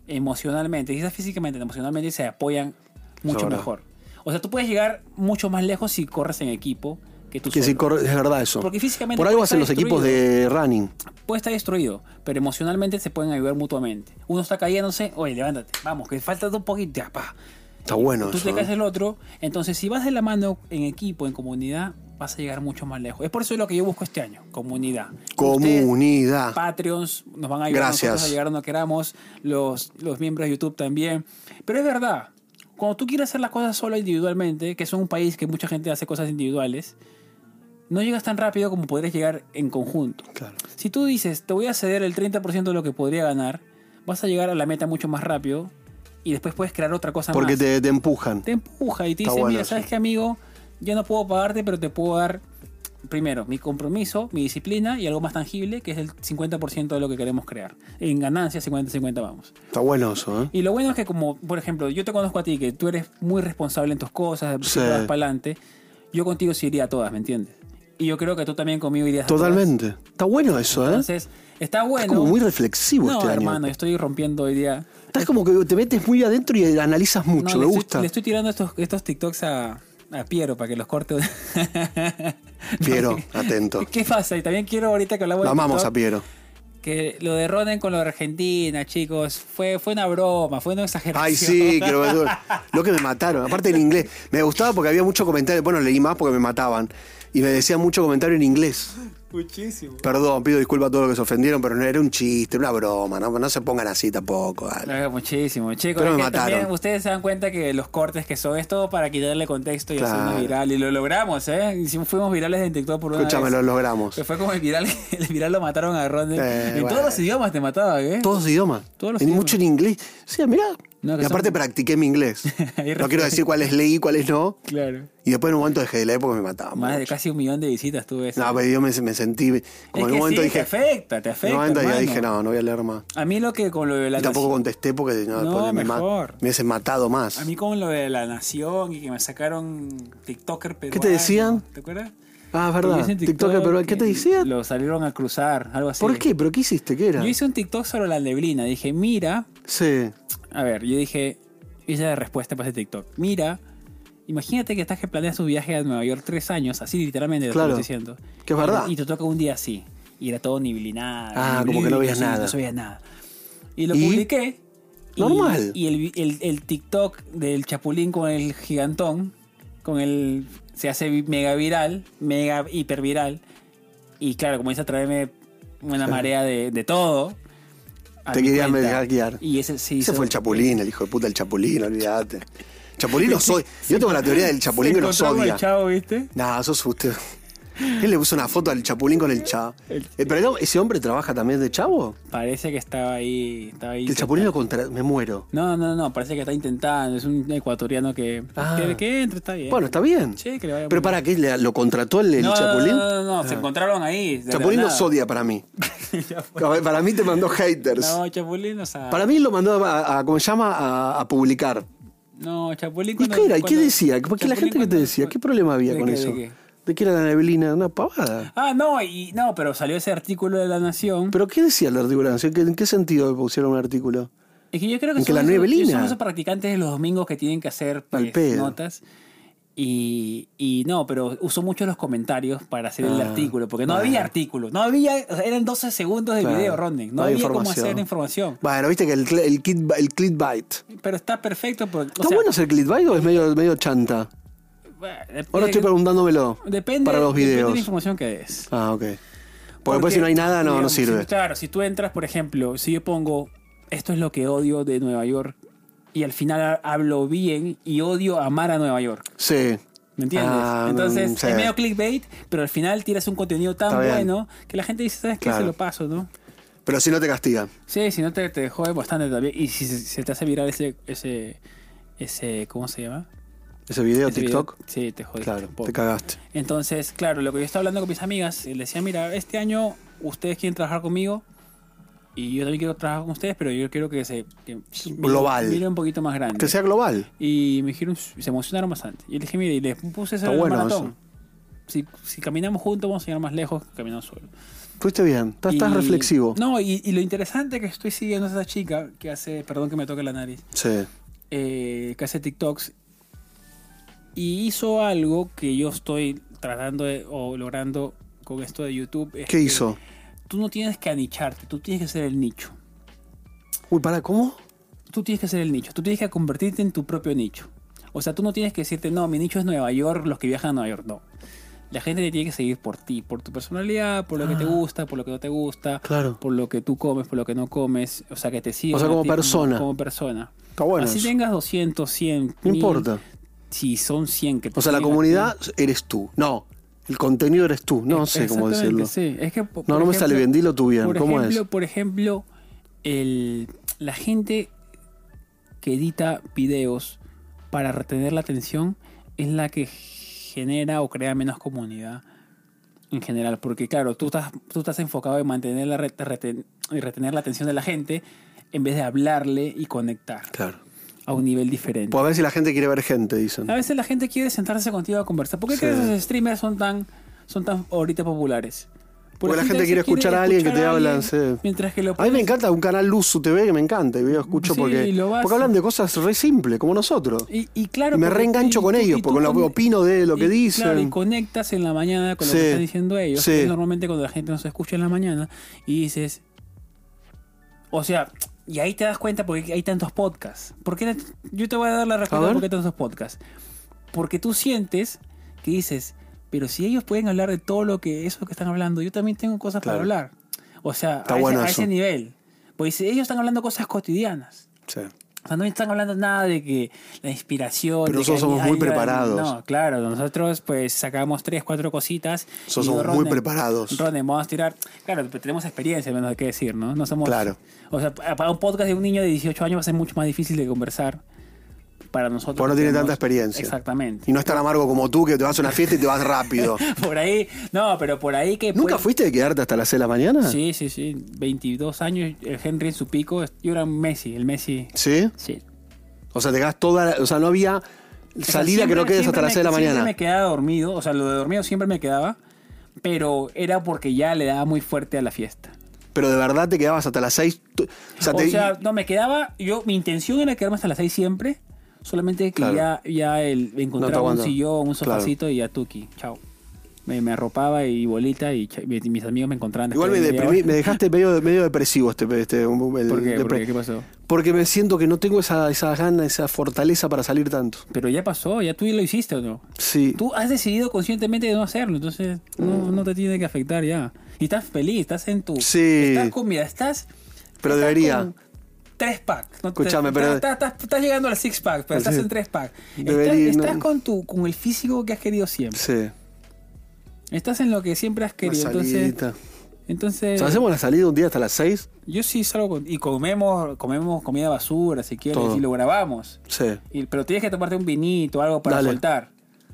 emocionalmente, quizás físicamente, emocionalmente, se apoyan mucho
Ahora.
mejor. O sea, tú puedes llegar mucho más lejos si corres en equipo que tú
Que si
solo.
corre- es verdad eso.
Porque físicamente
Por algo
puede
hacen los
estar
equipos de running.
puede estar destruido, pero emocionalmente se pueden ayudar mutuamente. Uno está cayéndose, oye, levántate, vamos, que falta un poquito, ya, pa.
Está bueno
Tú
eso.
te caes
¿eh?
el otro, entonces si vas de la mano en equipo, en comunidad, vas a llegar mucho más lejos. Es por eso lo que yo busco este año, comunidad. Ustedes,
Comunidad.
Patreons nos van a ayudar
Gracias.
nosotros a llegar donde queramos, los, los miembros de YouTube también. Pero es verdad, cuando tú quieres hacer las cosas solo individualmente, que es un país que mucha gente hace cosas individuales, no llegas tan rápido como podrías llegar en conjunto.
Claro.
Si tú dices, te voy a ceder el 30% de lo que podría ganar, vas a llegar a la meta mucho más rápido y después puedes crear otra cosa
Porque
más.
te, te empujan.
Te empuja y te
Está
dice,
bueno
mira,
eso.
¿sabes qué, amigo? Yo no puedo pagarte, pero te puedo dar, primero, mi compromiso, mi disciplina y algo más tangible, que es el 50% de lo que queremos crear. En ganancias, 50-50 vamos.
Está bueno eso, ¿eh?
Y lo bueno es que, como, por ejemplo, yo te conozco a ti, que tú eres muy responsable en tus cosas,
Sí.
siempre vas para adelante, yo contigo sí iría a todas, ¿me entiendes? Y yo creo que tú también conmigo irías a todas.
Totalmente. Está bueno eso, ¿eh?
Entonces, está bueno.
Estás como muy reflexivo
no,
este año.
hermano, yo estoy rompiendo hoy día.
Estás como que te metes muy adentro y analizas
No,
mucho,
le
me
estoy-
gusta.
le estoy tirando estos, estos TikToks a, a Piero para que los corte. No,
Piero,
¿qué-
atento.
¿Qué pasa? Y también quiero ahorita que hablamos
Lo
de
amamos a
TikTok,
Piero.
que lo de Ronen con lo de Argentina, chicos, fue, fue una broma, fue una exageración.
Ay, sí, que lo, lo que me mataron. Aparte en inglés. Me gustaba porque había mucho comentario. Bueno, leí más porque me mataban. Y me decían mucho comentario en inglés.
Muchísimo.
Perdón, pido disculpas a todos los que se ofendieron, pero no era un chiste, era una broma. No, no se pongan así tampoco. dale.
Claro, muchísimo, chicos.
Pero
es
me
que
mataron.
también ustedes se dan cuenta que los cortes que son es todo para quitarle contexto y
Claro.
hacernos viral. Y lo logramos, ¿eh? Hicimos- Fuimos virales en TikTok por una
Escúchame,
vez.
lo logramos.
Que fue como el viral, el viral lo mataron a Ronen.
Eh,
en
bueno.
todos los idiomas te mataba, ¿eh?
Todos idiomas.
Todos los
En-
idiomas.
Mucho en inglés. Sí, mirá.
No, que
y aparte
son-
practiqué mi inglés.
Ahí
no quiero decir cuáles leí, cuáles no.
Claro.
Y después en un momento dejé de leer porque me mataban.
Más de
mucho.
casi un millón de visitas tuve eso.
No, pero yo me, me sentí. Como
es
en
que
un momento
sí, te
dije.
afecta, te
En
afecta.
un momento ya
hermano.
dije, no, no voy a leer más.
A mí lo que con lo de la
Y tampoco
nación-
contesté porque no,
No,
después me, ma-
mejor.
me hubiesen matado más.
a mí con lo de la nación y que me sacaron TikToker peruano.
te decían?
¿Te acuerdas?
ah, es
Que yo
verdad.
hice un
TikToker, pero ¿qué te
y
decían?
Lo salieron a cruzar, algo así.
¿Por qué? ¿Pero qué hiciste? ¿Qué era?
Yo hice un TikTok sobre la neblina. Dije, mira,
Sí.
a ver, yo dije, hice la respuesta para ese TikTok. Mira, imagínate que estás que planeas tu viaje a Nueva York tres años, así literalmente lo
Claro.
estoy diciendo.
Que es
Y-
verdad.
Y te toca un día así. Y era todo niblinado.
Ah, como que no veías nada.
No se veía nada. Y lo
¿Y?
publiqué. y-
Normal.
Y, el, el- el TikTok del Chapulín con el gigantón, con el. Se hace vi- mega viral, mega hiperviral. Y claro, comienza a traerme una marea de, de todo. a
Te
mi
quería
cuenta.
medio guiar.
Y ese sí.
Ese
hizo-
fue el Chapulín, el hijo de puta, el Chapulín, olvídate. Chapulín los odia. Yo tengo la teoría del Chapulín
Se
que los
encontró con el
odia.
chavo, ¿viste?
Nah, sos usted. Él le puso una foto al Chapulín con el chavo.
El-
Pero no, ese hombre trabaja también de chavo.
Parece que estaba ahí. Estaba ahí
El Chapulín lo contra. Me muero.
No, no, no, parece que está intentando. Es un ecuatoriano que.
Ah.
Que, que entre, está bien.
Bueno, está bien.
Sí, que le vaya
Pero
muy
para qué ¿Le- lo contrató el, el
bien. no, no,
Chapulín. Ah.
No, no, no, no, se encontraron ahí. de la
Chapulín
nada.
los odia para mí.
Ya fue.
Para mí te mandó haters.
no, Chapulín, o sea.
Para mí lo mandó a, a- ¿cómo se llama? A, a publicar.
No, Chapulín.
¿Y
cuando-
qué era? ¿Y qué
cuando-
decía? Porque
Chapulín
la gente que te
cuando-
decía, ¿qué problema había
¿De
con
qué, de
eso?
qué?
¿De qué era la neblina? Una pavada.
Ah, no, y no, pero salió ese artículo de La Nación.
¿Pero qué decía el artículo? ¿En qué, en qué sentido pusieron un artículo?
Es que yo creo
En
que,
que la
son, esos,
neblina.
son esos practicantes de los domingos que tienen que hacer pues,
Al pedo.
notas. Y, y no, pero usó mucho los comentarios para hacer el
Ah,
artículo, porque no
ah.
había artículo, no había, o sea, eran 12 segundos de
Claro,
video, Ronden, no
hay
había cómo hacer información.
Bueno, viste que el, cl- el, kit, el clickbait.
Pero está perfecto porque... o
¿Está
sea,
bueno hacer clickbait o es medio, medio chanta?
bueno, depende-
Ahora estoy preguntándomelo.
Eh, depende,
para los
depende de
videos.
la información que des.
Ah, ok. Porque, después si no hay nada, no, no
digamos,
sirve.
si- claro, si tú entras, por ejemplo, si yo pongo esto es lo que odio de Nueva York y al final hablo bien y odio amar a Nueva York.
Sí.
¿Me entiendes?
Ah,
Entonces,
mm, sí.
es medio clickbait, pero al final tiras un contenido tan
Está bien.
bueno que la gente dice, ¿sabes qué?
Claro.
Se lo paso, ¿no?
Pero si no te castigan.
Sí, si no te, te jode bastante también. Y si se, se te hace viral ese, ese, ese ¿cómo se llama?
Ese video,
Ese
TikTok.
video, pues, sí, te jode.
Claro,
tampoco.
te cagaste.
Entonces, claro, lo que yo estaba hablando con mis amigas, les decía, mira, este año ustedes quieren trabajar conmigo y yo también quiero trabajar con ustedes, pero yo quiero que se... que
Global.
Mire un poquito más grande.
Que sea global.
Y me dijeron, se emocionaron bastante. Y le dije, mire, y les puse ese
Está bueno
maratón. Si, si caminamos juntos, vamos a llegar más lejos que caminando solo.
Fuiste bien. Estás,
Y-
estás reflexivo.
No, y, y lo interesante que estoy siguiendo es esa chica que hace, perdón que me toque la nariz,
Sí.
eh, que hace TikToks. Y hizo algo que yo estoy tratando de- o logrando con esto de YouTube. es
¿Qué
que
hizo?
Tú no tienes que anicharte, tú tienes que ser el nicho.
Uy, para, ¿cómo?
tú tienes que ser el nicho, tú tienes que convertirte en tu propio nicho. O sea, tú no tienes que decirte, no, mi nicho es Nueva York, los que viajan a Nueva York, no. La gente te tiene que seguir por ti, por tu personalidad, por lo
Ah.
que te gusta, por lo que no te gusta,
Claro.
por lo que tú comes, por lo que no comes, o sea, que te sigan.
O sea,
a
como
ti
persona.
Como, persona.
Está bueno.
Así
eso.
tengas 200, 100.
No
1000,
importa.
Si son 100 que te
O sea, la
sigan a ti.
comunidad eres tú. No, el contenido eres tú. No
Eh,
sé cómo
exactamente,
decirlo.
sí. Es que, po-
No,
por
no me sale bien. Dilo tú bien.
Por
¿Cómo
ejemplo,
es?
Por ejemplo, el, la gente que edita videos para retener la atención es la que genera o crea menos comunidad en general. Porque claro, tú estás, tú estás enfocado en mantener la rete- reten- en retener la atención de la gente en vez de hablarle y conectar
Claro.
a un nivel diferente.
Pues a ver si la gente quiere ver gente, dicen.
A veces la gente quiere sentarse contigo a conversar. ¿Por qué
Sí.
crees que los streamers son tan, son tan ahorita populares?
Porque la gente quiere escuchar a alguien que te habla, sí.
Mientras que lo
A mí me
pones-
encanta un canal Luzu TV que me encanta y yo escucho
Sí,
porque,
lo vas-
porque hablan de cosas re simples, como nosotros.
Y, y claro,
Y me
porque-
reengancho
y
con
tú-
ellos,
y tú
porque lo
con-
opino de lo que
y,
dicen.
Claro, y conectas en la mañana con lo
Sí,
que están diciendo ellos.
sí.
que es normalmente cuando la gente nos escucha en la mañana y dices. O sea, y ahí te das cuenta porque hay tantos podcasts. ¿Por qué tan- yo te voy a dar la respuesta
ver.
por qué tantos podcasts. Porque tú sientes que dices, pero si ellos pueden hablar de todo lo que eso que están hablando, yo también tengo cosas
Claro.
para hablar. O sea,
Está
a, ese-
bueno
a
eso.
ese nivel. Pues ellos están hablando cosas cotidianas.
Sí.
O sea, no están hablando nada de que la inspiración.
Pero
de que
nosotros somos muy
una-
preparados.
No, claro, nosotros pues sacamos tres, cuatro cositas.
Nosotros
y
somos
Ronen-
muy preparados.
Ronen, vamos a tirar. Claro, pero tenemos experiencia, menos hay que decir, ¿no? No somos.
Claro.
O sea, pa- para un podcast de un niño de 18 años va a ser mucho más difícil de conversar para nosotros.
Porque no tiene
que
tanta
tenemos-
experiencia.
Exactamente.
Y no es tan amargo como tú que te vas a una fiesta y te vas rápido.
Por ahí, no, pero por ahí que.
¿Nunca
puede-
fuiste de quedarte hasta las 6 de la mañana?
Sí, sí, sí. 22 años, el Henry en su pico. Yo era un Messi, el Messi.
¿Sí?
Sí.
O sea, te quedas toda. la- o sea, no había
O sea,
salida que
siempre-
no quedes hasta
siempre
las 6 de la
me-
mañana.
Siempre me quedaba dormido, o sea, lo de dormido siempre me quedaba, pero era porque ya le daba muy fuerte a la fiesta.
Pero de verdad te quedabas hasta las 6. O sea,
o
te-
sea, no me quedaba, yo mi intención era quedarme hasta las 6 siempre, solamente que
Claro.
ya, ya el encontraba un
aguantaba.
sillón, un sofacito y ya tuki, chao. Me, me arropaba y bolita y cha- y mis amigos me encontraban. después
igual me,
de media
deprimí,
hora.
me dejaste medio, medio depresivo este. este un- el-
¿eh? ¿Por qué?
depre-
¿Por qué? ¿Qué pasó?
Porque me siento que no tengo esa, esa gana, esa fortaleza para salir tanto.
Pero ya pasó, ya tú lo hiciste o no.
Sí.
Tú has decidido conscientemente de no hacerlo, entonces no,
Mm.
no te tiene que afectar ya. Y estás feliz, estás en tu.
Sí.
Estás con, mira, estás.
Pero
estás
debería.
con Tres pack. No te-
Escúchame, pero-
Estás, estás- estás llegando al six pack, pero estás
Sí.
en tres pack. Estás-
Debería,
estás
no.
con, tu, con el físico que has querido siempre.
Sí.
Estás en lo que siempre has
Una
querido. Entonces. eh,
salidita. O
entonces
sea, hacemos la salida un día hasta las 6.
Yo sí salgo con- Y comemos, comemos comida basura, si quieres,
Todo.
y lo grabamos.
Sí.
Y- pero tienes que tomarte un vinito o algo para
Dale.
soltar.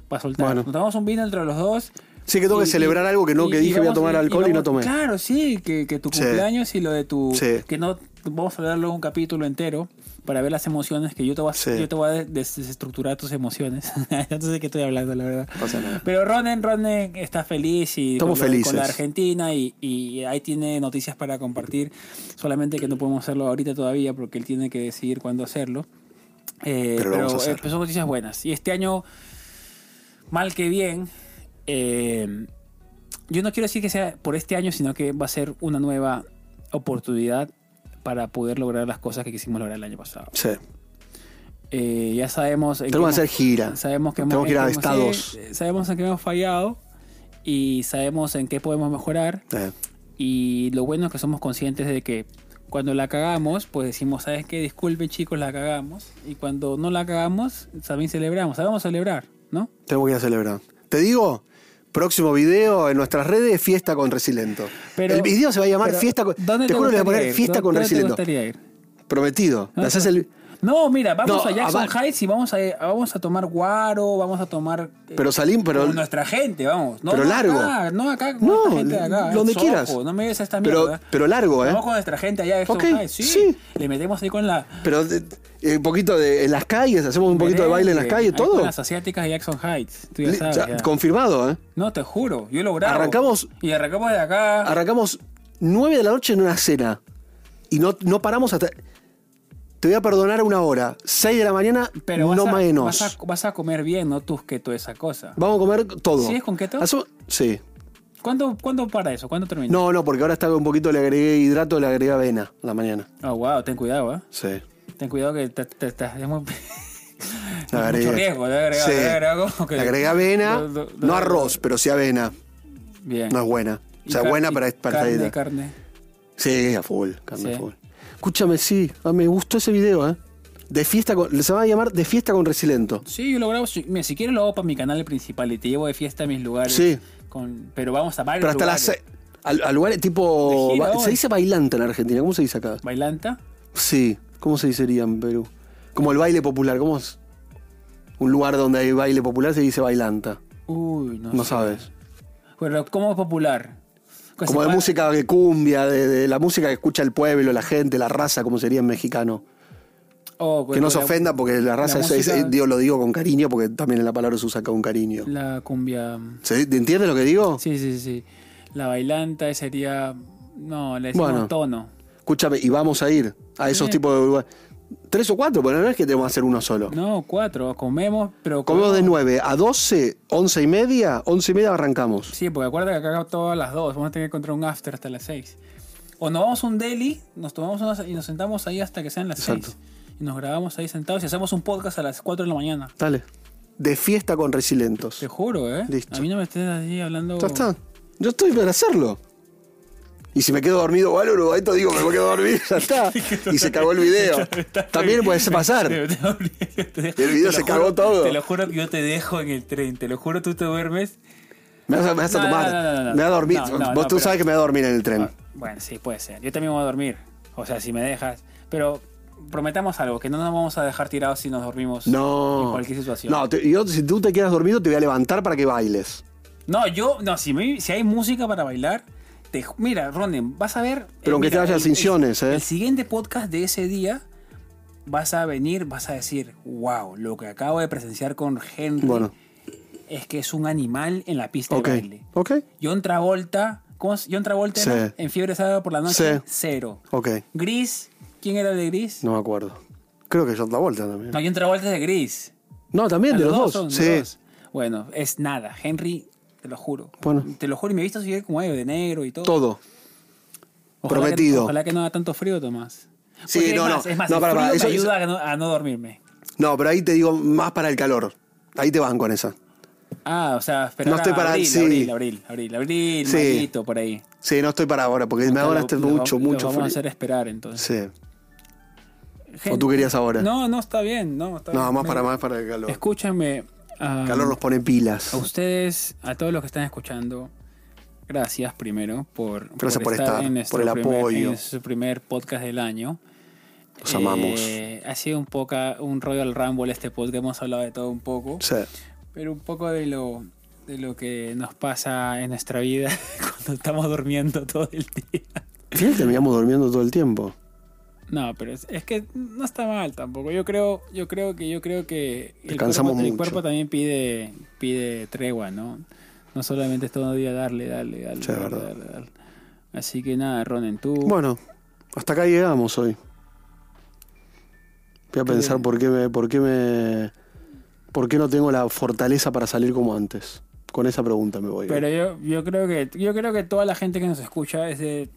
Para soltar.
Bueno.
Nos tomamos un vino entre los dos.
Sí, que tengo que celebrar algo que no- que dije voy a tomar alcohol y no tomé.
Claro, sí, que, que tu
Sí.
cumpleaños y lo de tu.
Sí.
Que no. Vamos a hablar luego un capítulo entero para ver las emociones que yo te voy a,
Sí.
yo te voy a des- des- desestructurar tus emociones. no sé de qué estoy hablando, la verdad.
Pasa nada.
Pero Ronen, Ronen está feliz y
Estamos
con, lo-
felices.
con la Argentina y, y ahí tiene noticias para compartir. Solamente que no podemos hacerlo ahorita todavía porque él tiene que decidir cuándo hacerlo. Eh, pero
Pero lo vamos a hacer.
eh, pues son noticias buenas. Y este año, mal que bien, eh, yo no quiero decir que sea por este año, sino que va a ser una nueva oportunidad para poder lograr las cosas que quisimos lograr el año pasado.
Sí.
Eh, ya sabemos. en
Tenemos que
qué
hacer gira.
Sabemos que eh,
Tenemos
hemos,
que ir a
en qué hemos-
estados.
sí, sabemos en qué hemos fallado y sabemos en qué podemos mejorar.
Eh,
Y lo bueno es que somos conscientes de que cuando la cagamos, pues decimos, ¿sabes qué? Disculpen chicos, la cagamos. Y cuando no la cagamos, también celebramos. Sabemos celebrar, ¿no?
tengo que ir a celebrar. Te digo, próximo video en nuestras redes, fiesta con Resilento.
Pero-
el video se va a llamar
pero,
Fiesta con.
¿dónde
Te juro que le voy a
gustaría
poner
ir?
Fiesta
¿Dó-
con
dónde te
Resilento.
gustaría ir?
Prometido. Le haces el-
Ah, No, mira, vamos
No,
a Jackson
a-
Heights y vamos a, eh, vamos a tomar guaro, vamos a tomar... eh,
Pero salimos, pero.
con nuestra gente, vamos. No,
pero
no
largo.
Acá, no acá, con
No,
nuestra gente de acá.
donde
en Soho,
quieras.
No me digas esta
Pero-
mierda.
pero largo, ¿eh?
Vamos con nuestra gente allá de Jackson
Ok,
Heights, sí.
sí.
Le metemos ahí con la...
Pero eh, eh, un poquito de. En las calles, hacemos un poquito de baile en las
merengue,
calles,
ahí
todo.
Con las asiáticas de Jackson Heights, tú ya
Li-
sabes.
ya,
ya.
Confirmado, ¿eh?
No, te juro, yo lo grabo.
Arrancamos-
Y arrancamos de acá.
Arrancamos 9 de la noche en una cena. Y no, no paramos hasta. Te voy a perdonar una hora. 6 de la mañana,
pero vas
no
a,
menos.
Vas a, vas a comer bien, no tusqueto, esa cosa.
Vamos a comer todo.
¿Sí es con keto?
Hacemos- Sí.
¿Cuándo, ¿Cuándo para eso? ¿Cuándo termina?
No, no, porque ahora está un poquito, le agregué hidrato, le agregué avena a la mañana.
Oh, wow, ten cuidado, ¿eh?
Sí.
Ten cuidado que te, te- te- es muy-
Le agregué.
mucho riesgo, le agregué,
Sí.
le agregué como que-
Le agregué avena,
Lo- lo-
no
lo-
arroz, pero sí avena.
Bien.
No es buena. O
Y
sea,
car-
buena
y
para, para esta
carne,
dieta.
carne.
Sí, a full, carne
Sí.
a full. Escúchame, sí, ah, me gustó ese video, ¿eh? De fiesta con, se va a llamar De fiesta con Resilento.
Sí, yo lo grabo. si- Mira, si quieres lo hago para mi canal principal y te llevo de fiesta a mis lugares.
Sí.
Con, pero vamos a varios
Pero hasta las
lugares.
seis. Al, al lugar tipo.
De gira,
ba-
hoy.
se dice bailante en Argentina, ¿cómo se dice acá?
¿Bailanta?
Sí, ¿cómo se dicería en Perú? Como el baile popular, ¿cómo es? Un lugar donde hay baile popular se dice bailanta.
Uy, no,
No
sé.
sabes.
Pero, ¿cómo es popular? Pues
Como de
igual-
música de cumbia, de, de la música que escucha el pueblo, la gente, la raza, como sería en mexicano.
Oh, pues,
que no
pues,
se
la-
ofenda porque la raza es, es-
música-
eh, digo, lo digo con cariño porque también en la palabra se usa con cariño.
La cumbia.
¿Se, ¿te ¿Entiendes lo que digo?
Sí, sí, sí. La bailanta sería. No, le decimos
Bueno.
tono.
Escúchame, y vamos a ir a esos tipos de lugares. Tres o cuatro, pero no es que tenemos que hacer uno solo.
No, cuatro. Comemos, pero.
Comemos de 9 a 12, 11 y media, 11 y media arrancamos.
Sí, porque acuérdate que acá todas las dos. Vamos a tener que encontrar un after hasta las seis. O nos vamos a un deli, nos tomamos unas y nos sentamos ahí hasta que sean las
Exacto.
seis. Y nos grabamos ahí sentados y hacemos un podcast a las cuatro de la mañana.
Dale. De fiesta con resilientos.
Te juro, ¿eh?
Listo.
A mí no me estés así hablando.
Ya está. Yo estoy para hacerlo. Y si me quedo dormido, vale, esto digo, me voy a quedar dormido, ya está. Y se cagó el video. También puede pasar.
Te- te- te- te
El video
lo
se
juro-
cagó todo.
Te lo juro que yo te dejo en el tren. Te lo juro, tú te duermes.
Me vas a, me vas a
No, no,
tomar.
no, no, no.
Me vas a dormir.
No, no,
Vos
no,
tú
pero-
sabes que me voy a dormir en el tren.
Ah, Bueno, sí, puede ser. Yo también voy a dormir. O sea, si me dejas. Pero prometamos algo, que no nos vamos a dejar tirados si nos dormimos en
No.
cualquier situación.
No, te- yo, si tú te quedas dormido, te voy a levantar para que bailes.
No, yo, no, si, me- si hay música para bailar, te, ju- mira, Ronen, vas a ver. eh,
Pero aunque te
mira,
vayas
el-
sin siones,
el,
¿eh?
el siguiente podcast de ese día vas a venir, vas a decir, wow, lo que acabo de presenciar con Henry
Bueno.
es que es un animal en la pista
Ok.
de baile.
Ok.
John Travolta, ¿cómo es? John Travolta
Sí.
era en Fiebre Sábado por la Noche,
Sí.
cero.
Ok.
Gris, ¿quién era el de Gris?
No me acuerdo. Creo que yo otra vuelta también.
No, John Travolta es de Gris.
No, también,
Ah,
de los dos.
son,
sí.
los dos. Bueno, es nada. Henry, te lo juro.
Bueno.
Te lo juro, y me he visto subir como de negro y todo.
Todo.
Ojalá
prometido.
Que, ojalá que no haga tanto frío, Tomás.
Sí,
Porque
no,
es
no.
más, Es más,
No,
el
para, para,
frío
eso-
me
eso-
ayuda a no, a no dormirme.
No, pero ahí te digo más para el calor. Ahí te van con esa.
Ah, o sea, pero
No
ahora
estoy para-
abril,
sí.
abril, abril, abril, abril,
Sí.
mayito, por ahí.
Sí, no estoy para ahora, porque me ahora
Los-
está
los-
mucho,
los
mucho
vamos a
frío.
hacer esperar, entonces.
Sí.
Gente-
tú querías ahora?
No, no, está bien. No, está
No,
bien.
más para,
Mira,
más para el calor.
Escúchame. ah,
El calor nos pone pilas.
A ustedes, a todos los que están escuchando, gracias primero por,
Gracias por estar,
nuestro
por el
primer-
apoyo.
en su primer podcast del año. Eh,
Los amamos.
Ha sido un poco un rollo al Rumble este podcast, hemos hablado de todo un poco,
Sí.
pero un poco de lo, de lo que nos pasa en nuestra vida cuando estamos durmiendo todo el día.
Fíjate, terminamos durmiendo todo el tiempo.
No, pero es, es que no está mal tampoco. Yo creo, yo creo que, yo creo que el
Descansamos
cuerpo, el
mucho.
cuerpo también pide, pide tregua, ¿no? No solamente es todo el día darle, darle, darle,
Sí, es
darle,
verdad.
darle, darle. Así que nada, Ronen, tú.
Bueno, hasta acá llegamos hoy. Voy a pensar por qué me, por qué me, por qué no tengo la fortaleza para salir como antes. Con esa pregunta me voy. ¿eh?
pero yo, yo creo que, yo creo que toda la gente que nos escucha es de,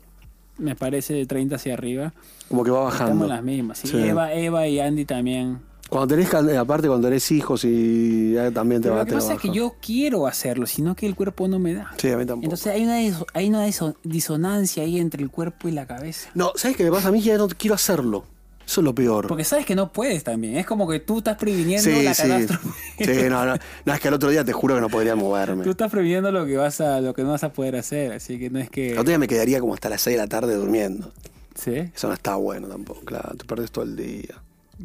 me parece de 30 hacia arriba.
como que va
Estamos
bajando.
en las mismas. sí.
Sí.
Eva, Eva y Andy también.
Cuando tenés, can- eh, aparte cuando tenés hijos y eh, también te
Pero
va
lo que
te
pasa es
baja.
que yo quiero hacerlo, sino que el cuerpo no me da.
Sí, a mí tampoco.
Entonces hay una, diso- hay una diso- disonancia ahí entre el cuerpo y la cabeza.
no, ¿sabes qué me pasa? A mí ya no quiero hacerlo. Eso es lo peor.
Porque sabes que no puedes también. Es como que tú estás previniendo
sí,
la
sí.
catástrofe.
Sí, no, no. No, es que al otro día te juro que no podría moverme.
Tú estás previniendo lo que vas a, lo que no vas a poder hacer. Así que no es que.
El otro día me quedaría como hasta las 6 de la tarde durmiendo.
Sí.
Eso no está bueno tampoco, claro. Te perdés todo el día.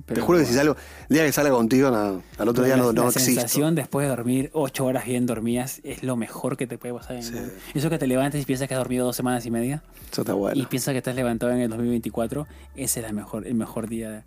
pero
te juro que
bueno.
si salgo, el día que salga contigo, nada. Al otro día
la,
no, no
la
existo.
sensación después de dormir ocho horas bien dormidas es lo mejor que te puede pasar en el mundo. Eso que te levantes y piensas que has dormido dos semanas y media
Eso está
y
bueno.
piensas que estás levantado en el 2024, ese es la mejor, el mejor día.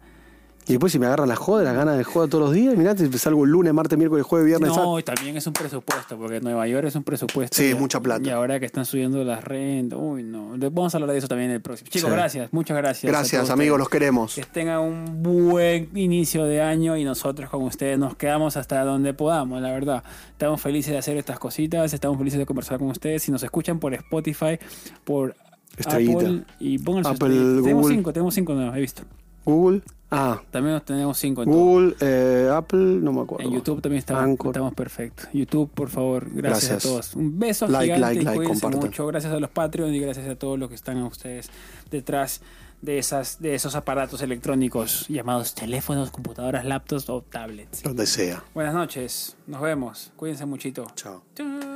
Y después si me agarran la joda, las ganas de joda todos los días, mirá, te salgo el lunes, martes, miércoles, jueves, viernes, sábado.
No, y también es un presupuesto, porque Nueva York es un presupuesto.
Sí,
y-
mucha plata.
Y ahora que están subiendo las rentas, uy, no. De- Vamos a hablar de eso también en el próximo. Chicos,
Sí.
gracias, muchas gracias. a
Gracias,
todos
amigos,
ustedes.
los queremos.
Que tengan un buen inicio de año y nosotros con ustedes nos quedamos hasta donde podamos, la verdad. Estamos felices de hacer estas cositas, estamos felices de conversar con ustedes. Si nos escuchan por Spotify, por
Estrellita.
Apple y pongan sus
Apple,
estrellitas. Tenemos
Google.
cinco, tenemos cinco, no he visto.
Google. Ah,
También nos tenemos cinco en todo.
Google, eh, Apple, no me acuerdo.
En YouTube también estamos,
Anchor.
estamos perfectos. YouTube, por favor, gracias,
Gracias.
a todos. Un beso
Like,
gigante,
like, like,
cuídense
compartan.
mucho. Gracias a los Patreon y gracias a todos los que están a ustedes detrás de esas de esos aparatos electrónicos llamados teléfonos, computadoras, laptops o tablets.
Donde sea.
Buenas noches, nos vemos. Cuídense muchito.
Chao.
Chau.